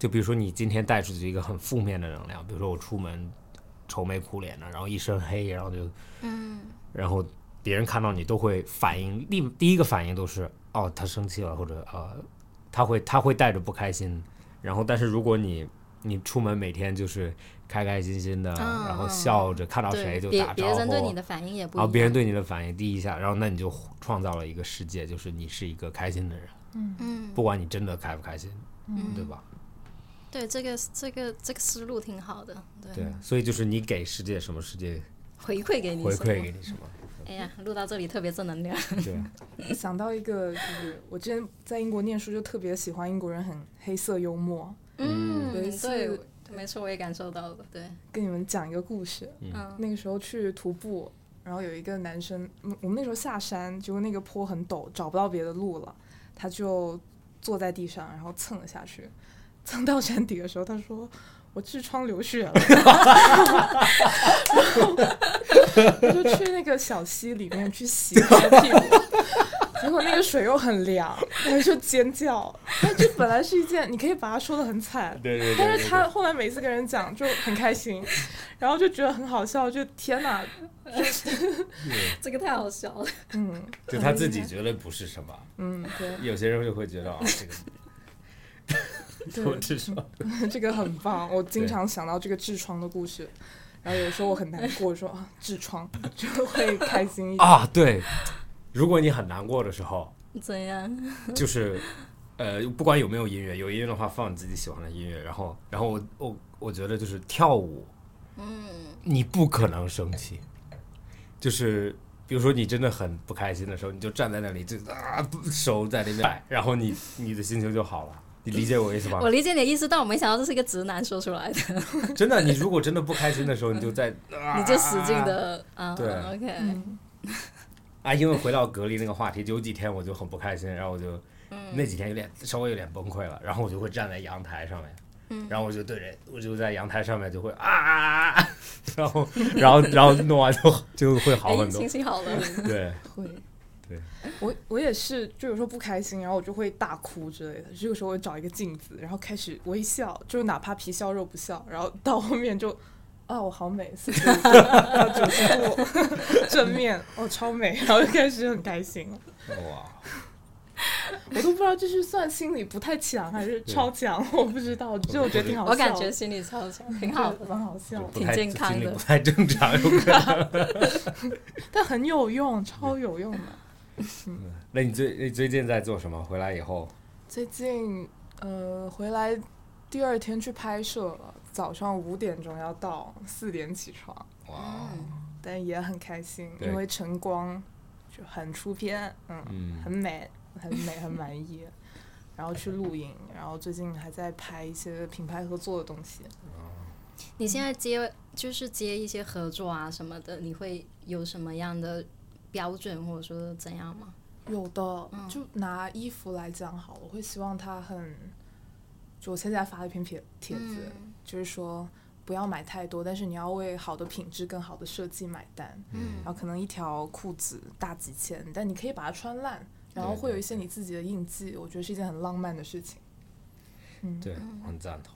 Speaker 3: 就比如说你今天带出去一个很负面的能量，比如说我出门愁眉苦脸的，然后一身黑，然后就，嗯，然后别人看到你都会反应，第第一个反应都是哦，他生气了，或者呃，他会他会带着不开心，然后但是如果你你出门每天就是开开心心的，
Speaker 4: 嗯
Speaker 3: 然后笑着看到谁
Speaker 4: 对，
Speaker 3: 就
Speaker 4: 别
Speaker 3: 打
Speaker 4: 别
Speaker 3: 招
Speaker 4: 人对你
Speaker 3: 呼
Speaker 4: 的。反应也不一
Speaker 3: 然后
Speaker 4: 样。
Speaker 3: 别人对你的反应第一下，然后那你就创造了一个世界，就是你是一个开心的人，
Speaker 4: 嗯
Speaker 3: 不管你真的开不开心，对吧？
Speaker 4: 对，这个这个这个思路挺好的，对，
Speaker 3: 对，所以就是你给世界什么，世界
Speaker 4: 回馈给你
Speaker 3: 回
Speaker 4: 什么
Speaker 3: 馈给你什么。
Speaker 4: 哎呀，录到这里特别正能量，
Speaker 3: 对，
Speaker 2: 想到一个，就是我之前在英国念书就特别喜欢英国人很黑色幽默。
Speaker 4: 嗯
Speaker 2: 有一
Speaker 4: 对
Speaker 2: 次，
Speaker 4: 没错，我也感受到了，对，
Speaker 2: 跟你们讲一个故事，
Speaker 4: 嗯
Speaker 2: 那个时候去徒步，然后有一个男生，嗯我们那时候下山，结果那个坡很陡，找不到别的路了，他就坐在地上，然后蹭了下去，蹭到山顶的时候，他说。我痔疮流血了， 然后我就去那个小溪里面去洗我的屁股，结果那个水又很凉，然后就尖叫。那这本来是一件，你可以把它说的很惨，
Speaker 3: 对对对
Speaker 2: 但是他后来每次跟人讲就很开心，然后就觉得很好笑，就天哪，
Speaker 4: 这个太好笑了，
Speaker 2: 嗯
Speaker 3: 就他自己觉得不是什么，
Speaker 2: 嗯，对
Speaker 3: 有些人就会觉得啊，这个 我至少
Speaker 2: 这个很棒，我经常想到这个痔疮的故事，然后有时候我很难过，说啊痔疮 就会开心一点，
Speaker 3: 啊，对。如果你很难过的时候，
Speaker 4: 怎样？
Speaker 3: 就是呃，不管有没有音乐，有音乐的话放你自己喜欢的音乐，然后然后我我我觉得就是跳舞，嗯，你不可能生气，就是。比如说你真的很不开心的时候，你就站在那里，就啊不手在那边摆，然后你你的心情就好了。你理解我意思吧？
Speaker 4: 我理解你的意思，但我没想到这是一个直男说出来的，
Speaker 3: 真的，你如果真的不开心的时候，你就在
Speaker 4: 你就使劲的啊
Speaker 3: 啊对
Speaker 4: ，OK，
Speaker 3: 啊，因为回到隔离那个话题，有几天我就很不开心，然后我就、
Speaker 4: 嗯
Speaker 3: 那几天有点稍微有点崩溃了，然后我就会站在阳台上面，
Speaker 4: 嗯
Speaker 3: 然后我就对着我就在阳台上面就会啊， 然后然后然后弄完就就会好
Speaker 4: 哎，
Speaker 3: 很多
Speaker 4: 心，情好了，
Speaker 3: 对，
Speaker 2: 会。
Speaker 3: 对，
Speaker 2: 我我也是，就有时候不开心，然后我就会大哭之类的。这个时候我找一个镜子，然后开始微笑，就是哪怕皮笑肉不笑，然后到后面就，啊，我好美，四十五度，然后九十度，正面，哦，超美，然后就开始很开心了。
Speaker 3: 哇，
Speaker 2: 我都不知道这是算心理不太强还是超强，我不知道，就我觉得挺好笑的，
Speaker 4: 我感觉心理超强，挺好
Speaker 2: 对
Speaker 4: 的。
Speaker 2: 蛮好笑
Speaker 3: 就
Speaker 2: 的，
Speaker 3: 不太
Speaker 4: 挺健康的
Speaker 3: 心里不太正常，有 可能
Speaker 2: 但很有用，超有用的。
Speaker 3: 那你最你最近在做什么？回来以后，
Speaker 2: 最近呃回来第二天去拍摄了，早上五点钟要到，四点起床，
Speaker 3: 哇，哦
Speaker 2: 但也很开心，
Speaker 3: 对
Speaker 2: 因为晨光就很出片，嗯，
Speaker 3: 嗯
Speaker 2: 很美，很美，很满意。 然后去露营，然后最近还在拍一些品牌合作的东西。
Speaker 4: 你现在接就是接一些合作啊什么的，你会有什么样的标准或者说怎样吗？
Speaker 2: 有的，就拿衣服来讲好了，我会希望它很，就我现在发了一篇帖帖子，就是说不要买太多，但是你要为好的品质跟好的设计买单。
Speaker 4: 嗯
Speaker 2: 然后可能一条裤子大几千，但你可以把它穿烂，然后
Speaker 3: 对
Speaker 2: 会有
Speaker 3: 对
Speaker 2: 一些你自己的印记，我觉得是一件很浪漫的事情。
Speaker 3: 对，
Speaker 4: 嗯
Speaker 3: 很赞同。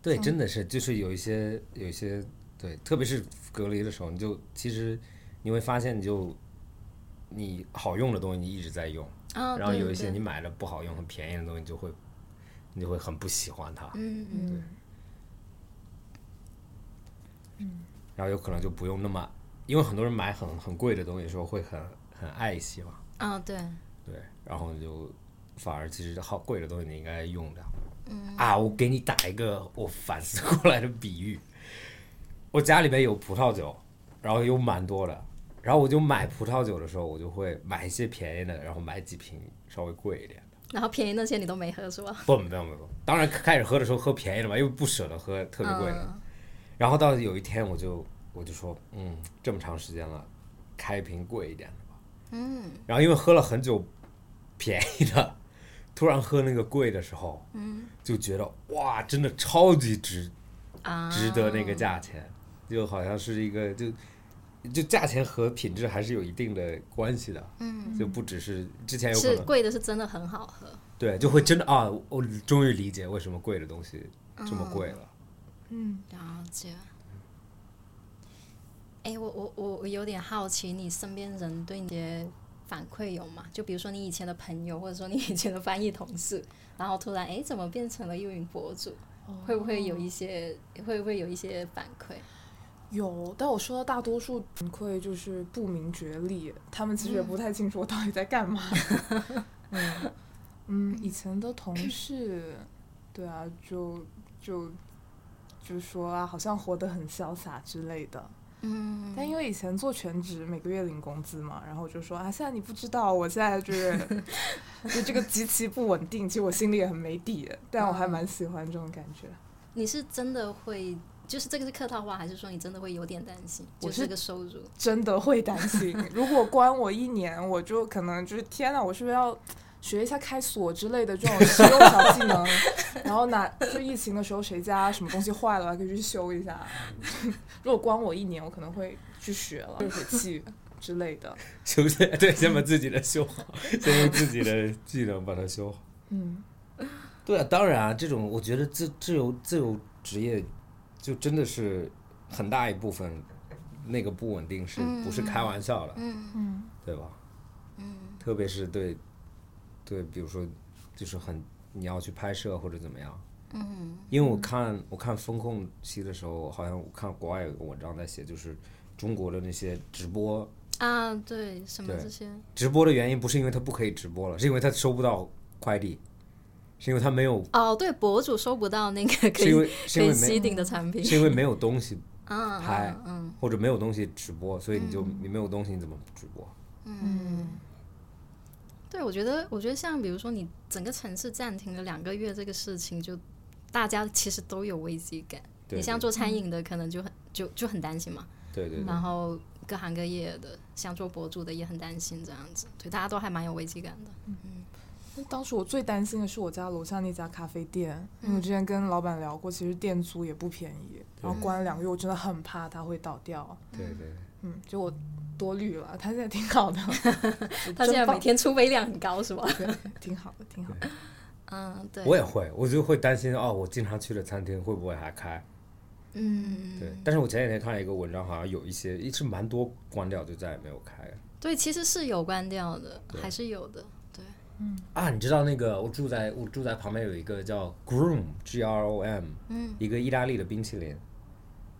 Speaker 3: 对，真的是，就是有一些有一些对，特别是隔离的时候，你就其实你会发现，你就你好用的东西你一直在用，
Speaker 4: 啊，
Speaker 3: 然后
Speaker 4: 对
Speaker 3: 有一些
Speaker 4: 对
Speaker 3: 你买了不好用、很便宜的东西，你就会你就会很不喜欢它，
Speaker 4: 嗯嗯
Speaker 2: 嗯，
Speaker 4: 嗯
Speaker 3: 然后有可能就不用那么，因为很多人买很很贵的东西的时候会很很爱惜嘛，
Speaker 4: 啊对，
Speaker 3: 对，然后你就反而其实好贵的东西你应该用掉。啊，我给你打一个我反思过来的比喻，我家里面有葡萄酒，然后有蛮多的，然后我就买葡萄酒的时候，我就会买一些便宜的，然后买几瓶稍微贵一点的。
Speaker 4: 然后便宜那些你都没喝是吧？
Speaker 3: 不，没有没有，当然开始喝的时候喝便宜的嘛，因为不舍得喝特别贵的。然后到有一天我就我就说，嗯，这么长时间了，开一瓶贵一点的吧。嗯。然后因为喝了很久便宜的， 突然喝那个贵的时候，嗯，就觉得哇，真的超级值，
Speaker 4: 啊，
Speaker 3: 值得那个价钱，就好像是一个就。就价钱和品质还是有一定的关系的，嗯，就不只是之前有可
Speaker 4: 是
Speaker 3: 能
Speaker 4: 贵的是真的很好喝，
Speaker 3: 对，就会真的啊，我终于理解为什么贵的东西这么贵了，
Speaker 2: 嗯
Speaker 4: 了解。哎，我我我我有点好奇，你身边人对你的反馈有吗？就比如说你以前的朋友，或者说你以前的翻译同事，然后突然哎，怎么变成了一名博主？会不会有一些会不会有一些反馈？
Speaker 2: 有，但我收到大多数反馈就是不明觉厉，他们其实也不太清楚我到底在干嘛。嗯嗯，以前的同事，对啊，就就就说啊，好像活得很潇洒之类的。
Speaker 4: 嗯，
Speaker 2: 但因为以前做全职，每个月领工资嘛，然后我就说啊，现在你不知道，我现在就是就这个极其不稳定，其实我心里也很没底，但我还蛮喜欢这种感觉。
Speaker 4: 你是真的会，就是这个是客套话，还是说你真的会有点担心？
Speaker 2: 我
Speaker 4: 就是这个收入，
Speaker 2: 真的会担心，如果关我一年，我就可能就是天呐，我是不是要学一下开锁之类的这种实用小技能？然后哪就疫情的时候，谁家什么东西坏了，我还可以去修一下。如果关我一年，我可能会去学了热水器之类的。
Speaker 3: 修不对，先把自己的修好，先用自己的技能把它修好。
Speaker 2: 嗯，
Speaker 3: 对啊，当然啊，这种我觉得自自由自由职业，就真的是很大一部分那个不稳定是不是开玩笑的，
Speaker 4: 嗯
Speaker 3: 对吧？
Speaker 4: 嗯
Speaker 3: 特别是对对，比如说就是很你要去拍摄或者怎么样，
Speaker 4: 嗯
Speaker 3: 因为我看我看风控期的时候，好像我看国外有个文章在写，就是中国的那些直播
Speaker 4: 啊，对，什么
Speaker 3: 对
Speaker 4: 这些，
Speaker 3: 直播的原因不是因为他不可以直播了，是因为他收不到快递，是因为他没有，
Speaker 4: 哦，对，博主收不到那个可
Speaker 3: 是因
Speaker 4: 以
Speaker 3: 为是
Speaker 4: 可
Speaker 3: 因
Speaker 4: 以
Speaker 3: 为没
Speaker 4: 吸顶的产 品，
Speaker 3: 是因为没有东西
Speaker 4: 嗯
Speaker 3: 拍
Speaker 4: 嗯嗯
Speaker 3: 或者没有东西直播，所以你就你没有东西你怎么直播？
Speaker 2: 嗯
Speaker 4: 对，我觉得，我觉得像比如说你整个城市暂停了两个月这个事情，就大家其实都有危机感。
Speaker 3: 对嗯
Speaker 4: 你像做餐饮的，可能就很就就很担心嘛，
Speaker 3: 对对对，
Speaker 4: 然后各行各业的，像做博主的也很担心这样子，对，大家都还蛮有危机感的。，
Speaker 2: 那当时我最担心的是我家楼下那家咖啡店，因为我之前跟老板聊过，其实店租也不便宜，然后关了两个月，我真的很怕它会倒掉。
Speaker 3: 对对对。
Speaker 2: 嗯，就我多虑了，它现在挺好的
Speaker 4: 他现在
Speaker 2: 真棒
Speaker 4: 每天出杯量很高是吧？
Speaker 2: 对，挺好的，挺好的。
Speaker 4: 嗯，对，
Speaker 3: 我也会，我就会担心哦，我经常去的餐厅会不会还开？
Speaker 4: 嗯，
Speaker 3: 对，但是我前几天看了一个文章，好像有一些一直蛮多关掉，就再也没有开了
Speaker 4: 对，其实是有关掉的，还是有的，对，
Speaker 3: 啊。你知道那个我住在我住在旁边有一个叫 Groom G R O M，
Speaker 4: 嗯，
Speaker 3: 一个意大利的冰淇淋，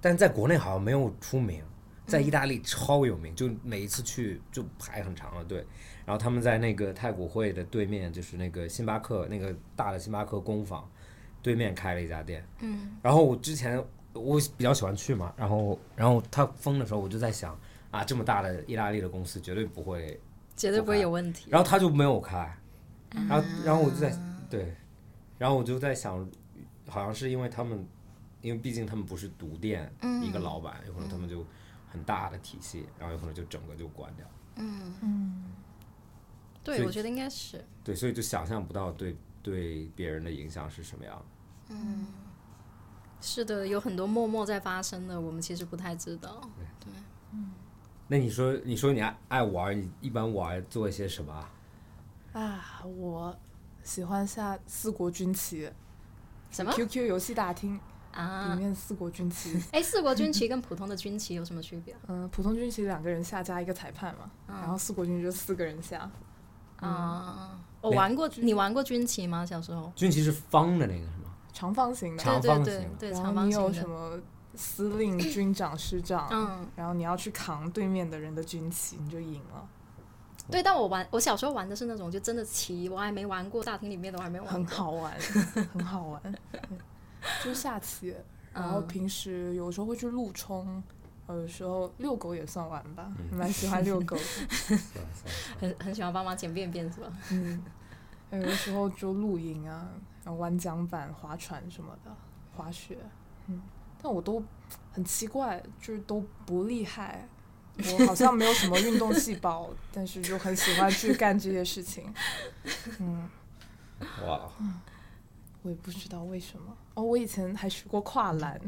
Speaker 3: 但在国内好像没有出名，
Speaker 4: 嗯
Speaker 3: 在意大利超有名，就每一次去就排很长的队。然后他们在那个太古汇的对面，就是那个星巴克那个大的星巴克工坊对面开了一家店，
Speaker 4: 嗯，
Speaker 3: 然后我之前我比较喜欢去嘛，然后然后他封的时候我就在想啊，这么大的意大利的公司绝对不会，
Speaker 4: 绝对不会有问题。
Speaker 3: 然后他就没有开，然后然后我就在对，然后我就在想，好像是因为他们，因为毕竟他们不是独店、一个老板，有可能他们就很大的体系，然后有可能就整个就关掉，所
Speaker 4: 对，
Speaker 3: 以
Speaker 4: 我觉得应该是，
Speaker 3: 对，所以就想象不到对对别人的影响是什么样的。
Speaker 4: 是的，有很多默默在发生的，我们其实不太知道。
Speaker 3: 那你说，你说你爱爱玩儿，你一般玩儿做一些什么啊？
Speaker 2: 啊，我喜欢下四国军棋
Speaker 4: 什么
Speaker 2: QQ 游戏大厅里
Speaker 4: 啊？
Speaker 2: 面四国军 棋，
Speaker 4: 哎，四国军旗跟普通的军旗有什么区别？
Speaker 2: 嗯、普通军棋两个人下加一个裁判嘛，然后四国军就四个人下，嗯
Speaker 4: 啊，我玩过，你玩过军旗吗？小时候？
Speaker 3: 军旗是方的那个是吗？
Speaker 2: 长方形的，
Speaker 3: 长
Speaker 4: 对
Speaker 3: 方
Speaker 4: 对
Speaker 3: 形的
Speaker 4: 对对，
Speaker 2: 然
Speaker 4: 长
Speaker 2: 后
Speaker 4: 方
Speaker 2: 你有什
Speaker 4: 形的。
Speaker 2: 么司令、军长、师长，
Speaker 4: 嗯，
Speaker 2: 然后你要去扛对面的人的军旗，你就赢了，
Speaker 4: 对，但我玩，我小时候玩的是那种就真的旗，我还没玩过，大厅里面的我还没玩过。
Speaker 2: 很好玩，很好 玩，嗯就是下棋。
Speaker 4: 嗯
Speaker 2: 然后平时有时候会去路冲，有时候遛狗也算玩吧， 蛮喜欢遛狗的。
Speaker 3: 算了算了
Speaker 4: 很很喜欢帮忙捡便便是吧？
Speaker 2: 嗯，有的时候就露营啊，然后玩桨板、划船什么的，滑雪，嗯，但我都很奇怪，就是都不厉害。我好像没有什么运动细胞，但是就很喜欢去干这些事情。嗯，
Speaker 3: 哇，
Speaker 2: 我也不知道为什么。哦，我以前还学过跨栏，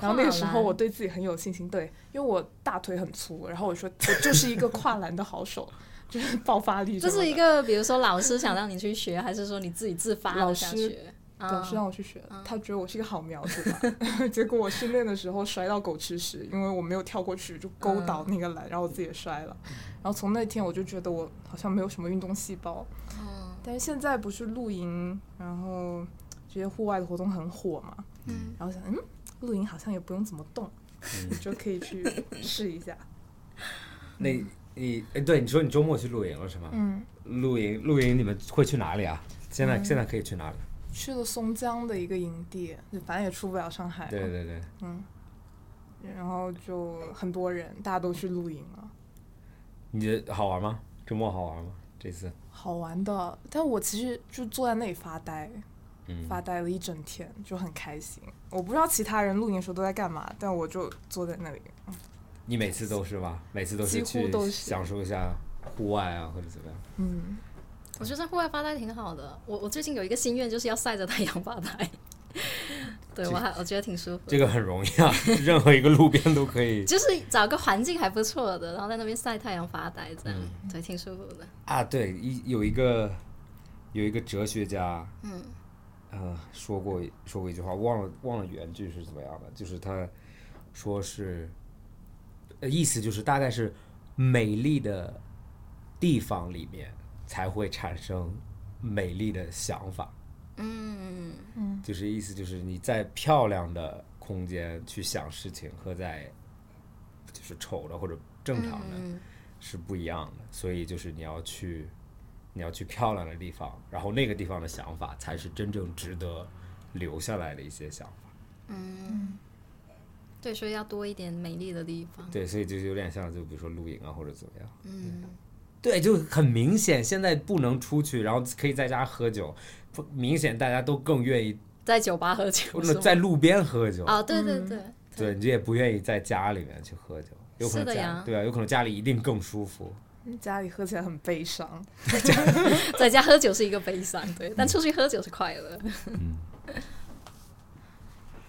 Speaker 2: 然后那个时
Speaker 4: 跨
Speaker 2: 候
Speaker 4: 栏
Speaker 2: 我对自己很有信心，对，因为我大腿很粗，然后我说我就是一个跨栏的好手， 就是爆发力什
Speaker 4: 这
Speaker 2: 么的。
Speaker 4: 是一个，比如说老师想让你去学，还是说你自己自发
Speaker 2: 老
Speaker 4: 的想
Speaker 2: 师
Speaker 4: 学？嗯
Speaker 2: 老师让我去学
Speaker 4: 啊
Speaker 2: 的，他觉得我是一个好苗子吧。 结果我训练的时候摔到狗吃屎，因为我没有跳过去就勾倒那个
Speaker 4: 嗯
Speaker 2: 栏，然后我自己也摔了。然后从那天我就觉得我好像没有什么运动细胞。
Speaker 4: 嗯
Speaker 2: 但是现在不是露营，然后这些户外的活动很火嘛，
Speaker 4: 嗯，
Speaker 2: 然后想，嗯，露营好像也不用怎么动，
Speaker 3: 嗯
Speaker 2: 就可以去试一下。
Speaker 3: 那你哎，对，你说你周末去露营了是吗？
Speaker 2: 嗯，
Speaker 3: 露营，露营你们会去哪里啊？现在现在可以去哪里？
Speaker 2: 去了松江的一个营地，反正也出不了上海嘛，
Speaker 3: 对对对，
Speaker 2: 然后就很多人，大家都去露营了，
Speaker 3: 你的好玩吗？周末好玩吗？这次
Speaker 2: 好玩的。但我其实就坐在那里发呆，发呆了一整天，就很开心。我不知道其他人露营的时候都在干嘛，但我就坐在那里。
Speaker 3: 你每次都是吧？每次都是
Speaker 2: 几乎
Speaker 3: 去
Speaker 2: 都是
Speaker 3: 享受一下户外啊，或者怎么样？
Speaker 2: 嗯，
Speaker 4: 我觉得在户外发呆挺好的。我我最近有一个心愿，就是要晒着太阳发呆。对我还我觉得挺舒服的，
Speaker 3: 这个很容易啊， 任何一个路边都可以
Speaker 4: 就是找个环境还不错的，然后在那边晒太阳发呆，这样、对，挺舒服的。
Speaker 3: 啊。对，一有一个有一个哲学家，嗯，呃，说过说过一句话，忘了忘了原句是怎么样的，就是他说是，呃，意思就是大概是美丽的地方里面才会产生美丽的想法。
Speaker 4: 嗯，
Speaker 3: 就是意思就是你在漂亮的空间去想事情和在就是丑的或者正常的是不一样的，所以就是你要去你要去漂亮的地方，然后那个地方的想法才是真正值得留下来的一些想法。
Speaker 4: 对，所以要多一点美丽的地方。
Speaker 3: 对，所以就是有点像就比如说露营啊或者怎么样。嗯，对，就很明显，现在不能出去，然后可以在家喝酒，不明显大家都更愿意
Speaker 4: 在酒吧喝酒
Speaker 3: 或
Speaker 4: 是
Speaker 3: 者
Speaker 4: 吗？
Speaker 3: 在路边喝酒。
Speaker 4: 哦，对对对，
Speaker 3: 对你也不愿意在家里面去喝酒，有可
Speaker 4: 是
Speaker 3: 能
Speaker 4: 的
Speaker 3: 家
Speaker 4: 呀
Speaker 3: 对啊，有可能家里一定更舒服。
Speaker 2: 家里喝起来很悲伤。
Speaker 4: 在家喝酒是一个悲伤，对，但出去喝酒是快乐。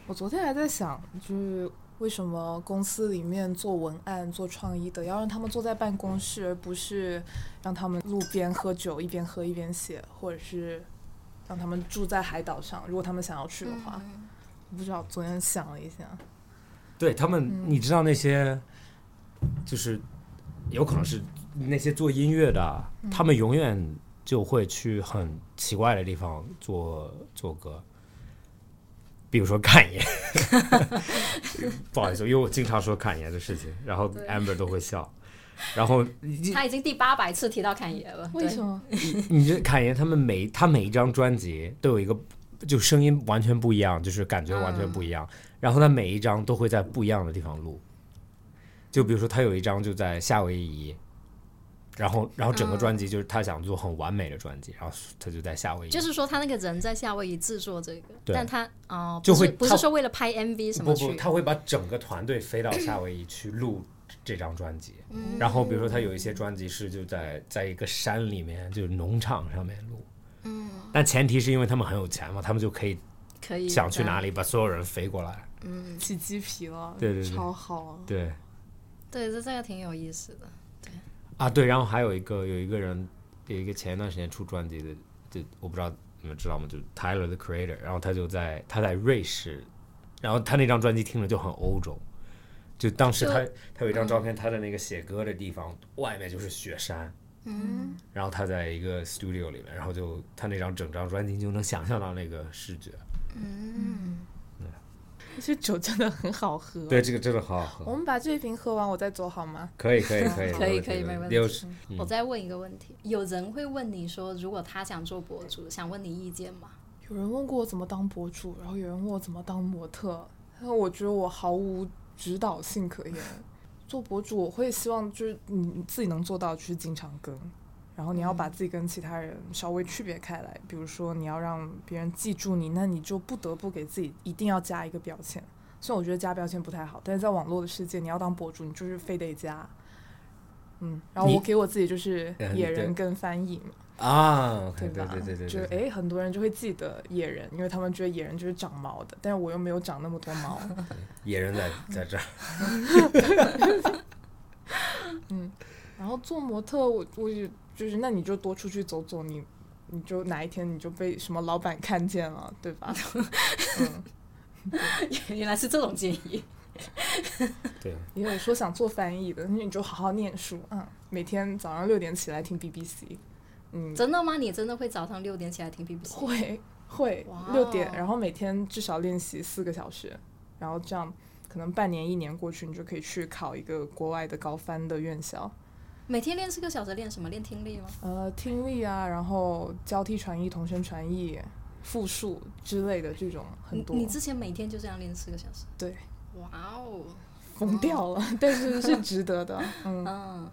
Speaker 2: 我昨天还在想，就是为什么公司里面做文案、做创意的要让他们坐在办公室，而不是让他们路边喝酒，一边喝一边写，或者是让他们住在海岛上，如果他们想要去的话。我不知道，昨天想了一下，
Speaker 3: 对他们，你知道那些，就是有可能是那些做音乐的啊，他们永远就会去很奇怪的地方做做歌，比如说侃爷，不好意思，因为我经常说侃爷的事情，然后 Amber 都会笑，然后
Speaker 4: 他已经第八百次提到侃爷了，
Speaker 2: 为什么？
Speaker 3: 你这侃爷他们每他每一张专辑都有一个，就声音完全不一样，就是感觉完全不一样。
Speaker 4: 嗯
Speaker 3: 然后他每一张都会在不一样的地方录，就比如说他有一张就在夏威夷，然后然后整个专辑就是他想做很完美的专辑，然后他就在夏威夷，
Speaker 4: 对？嗯就是说他那个人在夏威夷制作这个，
Speaker 3: 对
Speaker 4: 但他哦，
Speaker 3: 就
Speaker 4: 不是
Speaker 3: 会
Speaker 4: 不
Speaker 3: 他
Speaker 4: 是说为了拍 MV 什
Speaker 3: 不
Speaker 4: 么
Speaker 3: 不，
Speaker 4: 去，
Speaker 3: 他会把整个团队飞到夏威夷去录这张专辑。
Speaker 4: 嗯
Speaker 3: 然后比如说他有一些专辑是就在在一个山里面，就是农场上面录。嗯，但前提是因为他们很有钱嘛，他们就可以
Speaker 4: 可以
Speaker 3: 想去
Speaker 4: 对
Speaker 3: 哪里，把所有人飞过来。
Speaker 2: 起鸡皮了，
Speaker 3: 对对对
Speaker 2: 超好啊！
Speaker 3: 对
Speaker 4: 对，这这个挺有意思的。
Speaker 3: 啊，对，然后还有一个有一个人，有一个前一段时间出专辑的，这我不知道你们知道吗？就是 Tyler the Creator，然后他就在他在瑞士，然后他那张专辑听着就很欧洲，就当时他他有一张照
Speaker 4: 嗯
Speaker 3: 片，他在那个写歌的地方，外面就是雪山。嗯，然后他在一个 studio 里面，然后就他那张整张专辑你就能想象到那个视觉。
Speaker 4: 哦
Speaker 2: 这酒真的很好喝。
Speaker 3: 对，这个真的好好
Speaker 2: 我
Speaker 3: 喝，
Speaker 2: 们把这一瓶喝完，我再走好吗？
Speaker 3: 可以可以可以
Speaker 4: 哦 可以可以没问题嗯
Speaker 3: 有时
Speaker 4: 我再问一个问题，有人会问你说，如果他想做博主，想问你意见吗？
Speaker 2: 有人问过我怎么当博主，然后有人问我怎么当模特，但我觉得我毫无指导性可言。做博主，我会希望就是你自己能做到，就是经常更，然后你要把自己跟其他人稍微区别开来。比如说你要让别人记住你，那你就不得不给自己一定要加一个标签。虽然我觉得加标签不太好，但是在网络的世界，你要当博主，你就是非得加。嗯，然后
Speaker 3: 你
Speaker 2: 我给我自己就是
Speaker 3: 嗯
Speaker 2: 野
Speaker 3: 对
Speaker 2: 人跟翻译嘛。
Speaker 3: 啊，
Speaker 2: 对
Speaker 3: 对对
Speaker 2: 吧？
Speaker 3: 对对对，
Speaker 2: 就是哎
Speaker 3: 对
Speaker 2: 诶，很多人就会记得野人，因为他们觉得野人就是长毛的，但是我又没有长那么多 毛。
Speaker 3: 野人在在这儿。
Speaker 2: 然后做模特，我我也就是，那你就多出去走走，你你就哪一天你就被什么老板看见了，对吧？ 嗯，
Speaker 4: 原来是这种建议。
Speaker 3: 对，
Speaker 2: 也有说想做翻译的，那你就好好念书，嗯，每天早上六点起来听 BBC，嗯，
Speaker 4: 真的吗？你真的会早上六点起来听 BBC？
Speaker 2: 会会
Speaker 4: 哇
Speaker 2: 六点
Speaker 4: 哦，
Speaker 2: 然后每天至少练习四个小时，然后这样可能半年一年过去，你就可以去考一个国外的高翻的院校，
Speaker 4: 每天练四个小时，练什么？练听力吗？
Speaker 2: 呃，听力啊，然后交替传译、同声传译，复述之类的这种很
Speaker 4: 你
Speaker 2: 多，
Speaker 4: 你之前每天就这样练四个小时？
Speaker 2: 对，
Speaker 4: 哇哦，
Speaker 2: 疯掉了， 但是是值得的。嗯，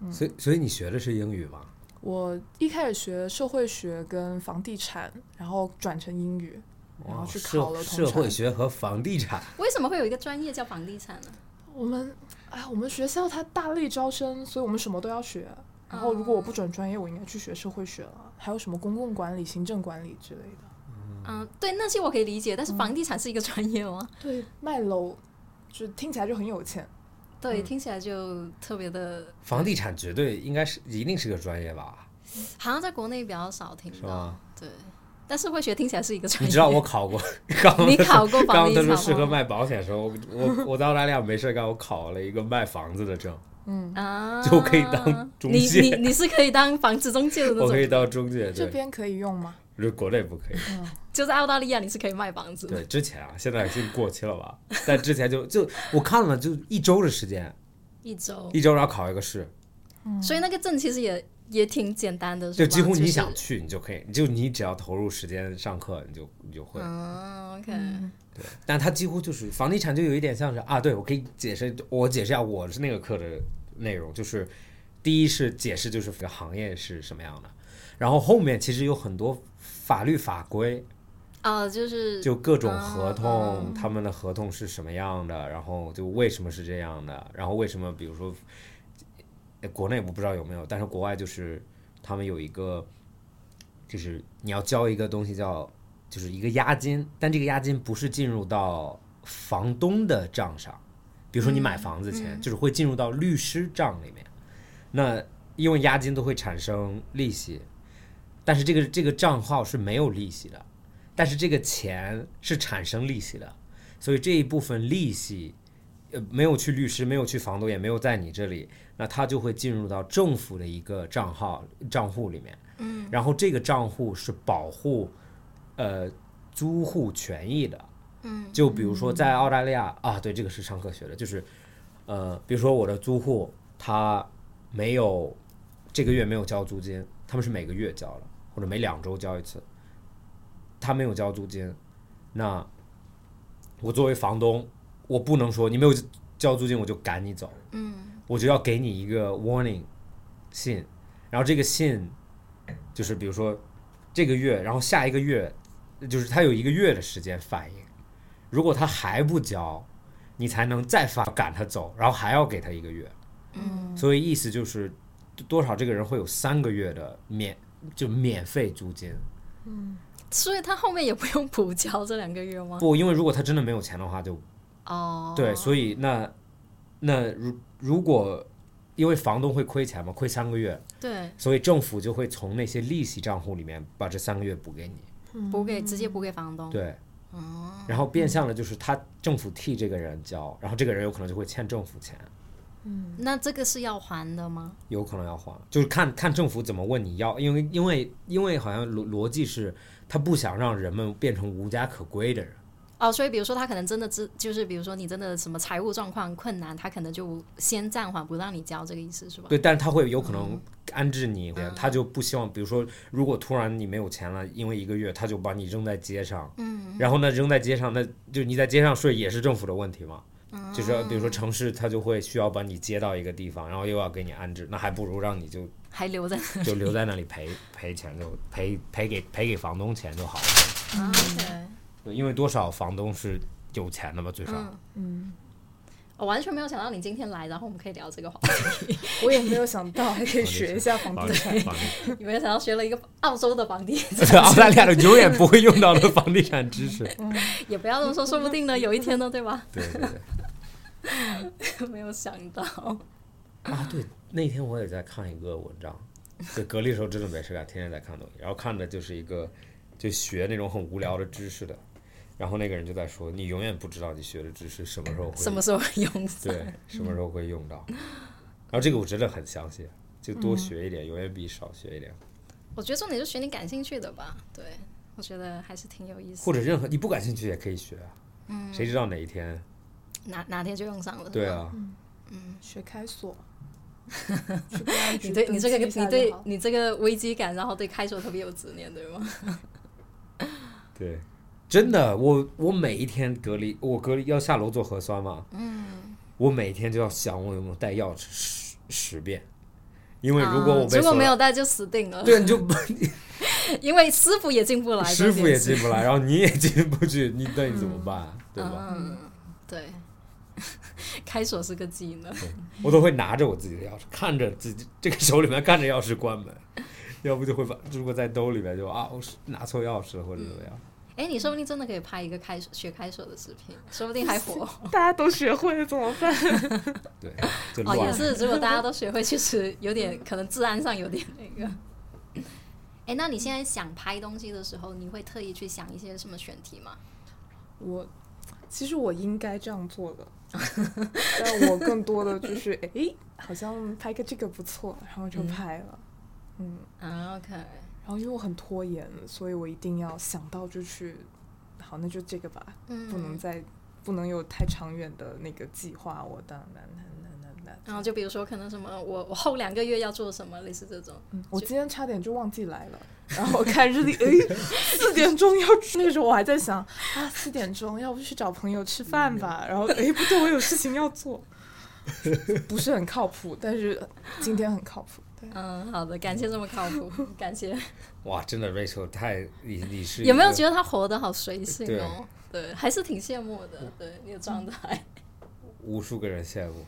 Speaker 4: 嗯，
Speaker 3: 所以所以你学的是英语吗？
Speaker 2: 我一开始学社会学跟房地产，然后转成英语，然后
Speaker 3: 哇
Speaker 2: 去
Speaker 3: 社
Speaker 2: 考了
Speaker 3: 社
Speaker 2: 同
Speaker 3: 会
Speaker 2: 传
Speaker 3: 学和房地产，
Speaker 4: 为什么会有一个专业叫房地产呢？
Speaker 2: 我们哎，我们学校它大力招生，所以我们什么都要学。然后如果我不转专业，我应该去学社会学了，还有什么公共管理、行政管理之类的。
Speaker 4: 嗯，对，那些我可以理解，但是房地产是一个专业吗？
Speaker 2: 对，卖楼就听起来就很有钱。
Speaker 4: 对，听起来就特别的，
Speaker 3: 房地产绝对应该是一定是个专业吧？
Speaker 4: 好像在国内比较少听
Speaker 3: 是
Speaker 4: 到。
Speaker 3: 吗？
Speaker 4: 对，但社会学听起来是一个专业。
Speaker 3: 你知道我 考过，刚刚
Speaker 4: 你考过
Speaker 3: 刚
Speaker 4: 房
Speaker 3: 刚
Speaker 4: 地
Speaker 3: 他
Speaker 4: 产
Speaker 3: 说适合
Speaker 4: 吗？
Speaker 3: 卖保险的时候，我我我在澳大利亚没事干，我考了一个卖房子的证，
Speaker 2: 嗯，
Speaker 4: 啊，
Speaker 3: 就可以当中介
Speaker 4: 你你你是可以当房子中介的那
Speaker 3: 我可以
Speaker 4: 种，
Speaker 3: 到中介，
Speaker 2: 这
Speaker 3: 对，
Speaker 2: 边嗯可以用吗？
Speaker 3: 就是国内不可以。
Speaker 4: 就在澳大利亚你是可以卖房子的。
Speaker 3: 对，之前啊，现在已经过期了吧？但之前就就我看了，就一周的时间，
Speaker 4: 一周，
Speaker 3: 一周然后考一个试，
Speaker 4: 所以那个证其实也也挺简单的，
Speaker 3: 就是
Speaker 4: 吧
Speaker 3: 几乎你
Speaker 4: 是
Speaker 3: 想去你就可以，就你只要投入时间上课，你就你就会。
Speaker 4: 嗯，OK，
Speaker 3: 对，但它几乎就是房地产，就有一点像是啊，对我可以解释，我解释一下我是那个课的内容，就是第一是解释就是这个行业是什么样的，然后后面其实有很多法律法规，
Speaker 4: 啊，就是
Speaker 3: 就各种合同，他们的合同是什么样的，然后就为什么是这样的，然后为什么比如说，呃国内我不知道有没有，但是国外就是他们有一个，就是你要交一个东西叫就是一个押金，但这个押金不是进入到房东的账上，比如说你买房子钱，就是会进入到律师账里面，那因为押金都会产生利息。但是这个这个账号是没有利息的，但是这个钱是产生利息的，所以这一部分利息，呃，没有去律师，没有去房东，也没有在你这里，那它就会进入到政府的一个账号账户里面，嗯，然后这个账户是保护，呃，租户权益的，嗯，就比如说在澳大利亚啊，对，这个是上课学的，就是，呃，比如说我的租户他没有这个月没有交租金，他们是每个月交的，或者每两周交一次。他没有交租金，那我作为房东，我不能说你没有交租金我就赶你走，嗯，我就要给你一个 warning 信，然后这个信就是比如说这个月，然后下一个月，就是他有一个月的时间反应，如果他还不交，你才能再发赶他走，然后还要给他一个月，嗯，所以意思就是多少这个人会有三个月的免就免费租金，
Speaker 4: 所以他后面也不用补交这两个月吗？
Speaker 3: 不，因为如果他真的没有钱的话就，
Speaker 4: 哦，
Speaker 3: 对，所以那那如如果因为房东会亏钱嘛，亏三个月，
Speaker 4: 对，
Speaker 3: 所以政府就会从那些利息账户里面把这三个月补给你，
Speaker 4: 补给直接补给房东。
Speaker 3: 对，然后变相的就是他政府替这个人交，然后这个人有可能就会欠政府钱，
Speaker 4: 那这个是要还的吗？
Speaker 3: 有可能要还，就是看看政府怎么问你要，因为因为因为好像逻逻辑是他不想让人们变成无家可归的人，
Speaker 4: 哦，所以比如说他可能真的知，就是比如说你真的什么财务状况困难，他可能就先暂缓不让你交，这个意思是吧？
Speaker 3: 对，但是他会有可能安置你，他就不希望，比如说，如果突然你没有钱了，因为一个月，他就把你扔在街上，嗯，然后呢，扔在街上，那就你在街上睡也是政府的问题嘛，就是比如说城市，他就会需要把你接到一个地方，然后又要给你安置，那还不如让你就
Speaker 4: 还留在
Speaker 3: 就留在那里赔赔钱，就赔赔给赔给房东钱就好了，
Speaker 4: 啊，OK，
Speaker 3: 对因为多少房东是有钱的嘛，最少，
Speaker 4: 我完全没有想到你今天来，然后我们可以聊这个话题。
Speaker 2: 我也没有想到还可以学一下房
Speaker 3: 房
Speaker 2: 地产。
Speaker 3: 房
Speaker 4: 你没有想到学了一个澳洲的房地产，
Speaker 3: 地 澳大利亚的永远不会用到的房地产知识，
Speaker 4: 也不要这么说，说不定呢，有一天呢，对吧？
Speaker 3: 对对对。
Speaker 4: 没有想到，
Speaker 3: 啊，对，那天我也在看一个文章，就隔离的时候真的没事干，天天在看东西，然后看的就是一个就学那种很无聊的知识的，然后那个人就在说，你永远不知道你学的知识什么时候会
Speaker 4: 什么时候会用上？
Speaker 3: 对什么时候会用到，然后这个我真的很相信，就
Speaker 4: 嗯
Speaker 3: 多学一点，永远比少学一点，
Speaker 4: 我觉得重点就学你感兴趣的吧。对，我觉得还是挺有意思
Speaker 3: 或。者任何你不感兴趣也可以学啊，
Speaker 4: 嗯
Speaker 3: 谁知道哪一天？
Speaker 4: 哪哪天就用上了？
Speaker 3: 对，啊，
Speaker 2: 学开 锁，去公安局
Speaker 4: 你对你这个
Speaker 2: 登记一下
Speaker 4: 你对
Speaker 2: 就好
Speaker 4: 你这个危机感，然后对开锁特别有执念，对吗？
Speaker 3: 对，真的，我我每一天隔离，我隔离要下楼做核酸嘛，嗯，我每天就要想我有没有带钥匙十十遍，因为如果我
Speaker 4: 啊
Speaker 3: 被、
Speaker 4: 如果没有，带就死定了，
Speaker 3: 对， 你就
Speaker 4: 因为师傅也进不来，
Speaker 3: 师傅也进不来，然后你也进不去，你那你怎么办？对吧？
Speaker 4: 嗯，对，开锁是个技能，
Speaker 3: 我都会拿着我自己的钥匙，看着自己这个手里面看着钥匙关门，要不就会把如果在兜里面就啊，我是拿错钥匙了或者怎么样。
Speaker 4: 哎，你说不定真的可以拍一个开锁学开锁的视频，说不定还火
Speaker 2: 大家都学会了怎么办？
Speaker 3: 对，就
Speaker 4: 哦。
Speaker 3: 乱
Speaker 4: 也
Speaker 3: 了。
Speaker 4: 是，如果大家都学会，其实有点可能治安上有点那个。 哎，那你现在想拍东西的时候，你会特意去想一些什么选题吗？
Speaker 2: 我其实我应该这样做 的，但我更多的就是诶，好像拍个这个不错，然后就拍了。嗯
Speaker 4: 啊，OK，
Speaker 2: 然后因为我很拖延，所以我一定要想到就去，好，那就这个吧，
Speaker 4: 嗯，
Speaker 2: 不能再不能有太长远的那个计划。我当然，当然，当然，
Speaker 4: 然后就比如说，可能什么我我后两个月要做什么，类似这种。
Speaker 2: 嗯我今天差点就忘记来了，然后我看日历，哎，四点钟要吃那个时候我还在想啊，四点钟要不去找朋友吃饭吧？然后哎，不对，我有事情要做， 不是很靠谱，但是今天很靠谱。对，
Speaker 4: 嗯，好的，感谢这么靠谱，感谢。
Speaker 3: 哇，真的 Rachel 太你你是
Speaker 4: 有没有
Speaker 3: 一个
Speaker 4: 觉得他活得好随性哦？对，还是挺羡慕
Speaker 3: 嗯
Speaker 4: 的，对你的状态。
Speaker 3: 无数个人羡慕？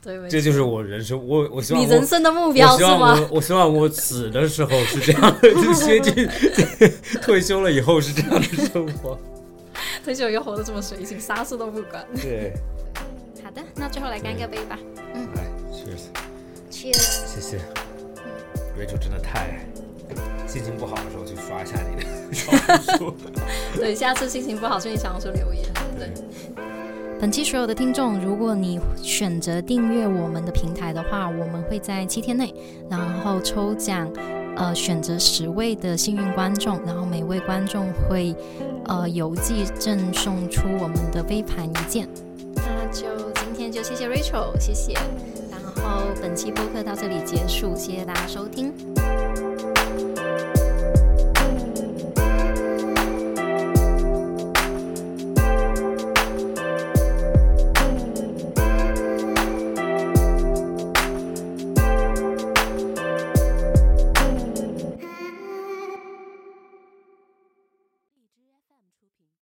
Speaker 4: 对，没
Speaker 3: 这
Speaker 4: 错
Speaker 3: 就是我人生，我我希望
Speaker 4: 你
Speaker 3: 我
Speaker 4: 人生的目标
Speaker 3: 我希
Speaker 4: 是
Speaker 3: 望
Speaker 4: 吗？
Speaker 3: 我我希望我死的时候是这样的， 就接近 退休了以后是这样的生活。
Speaker 4: 退休以后活得这么随性，啥事都不管。
Speaker 3: 对，
Speaker 4: 好的，那最后来干个杯吧。
Speaker 3: 哎，cheers，
Speaker 1: Cheers。
Speaker 3: 谢谢 Rachel，真的太心情不好的时候去刷一下你的小红书。
Speaker 4: 对，下次心情不好去你小红书留言。对，
Speaker 1: 本期所有的听众，如果你选择订阅我们的平台的话，我们会在七天内，然后抽奖，呃，选择十位的幸运观众，然后每位观众会，呃，邮寄赠送出我们的飞盘一件。
Speaker 4: 那就今天就谢谢 Rachel，谢谢。然后本期播客到这里结束，谢谢大家收听，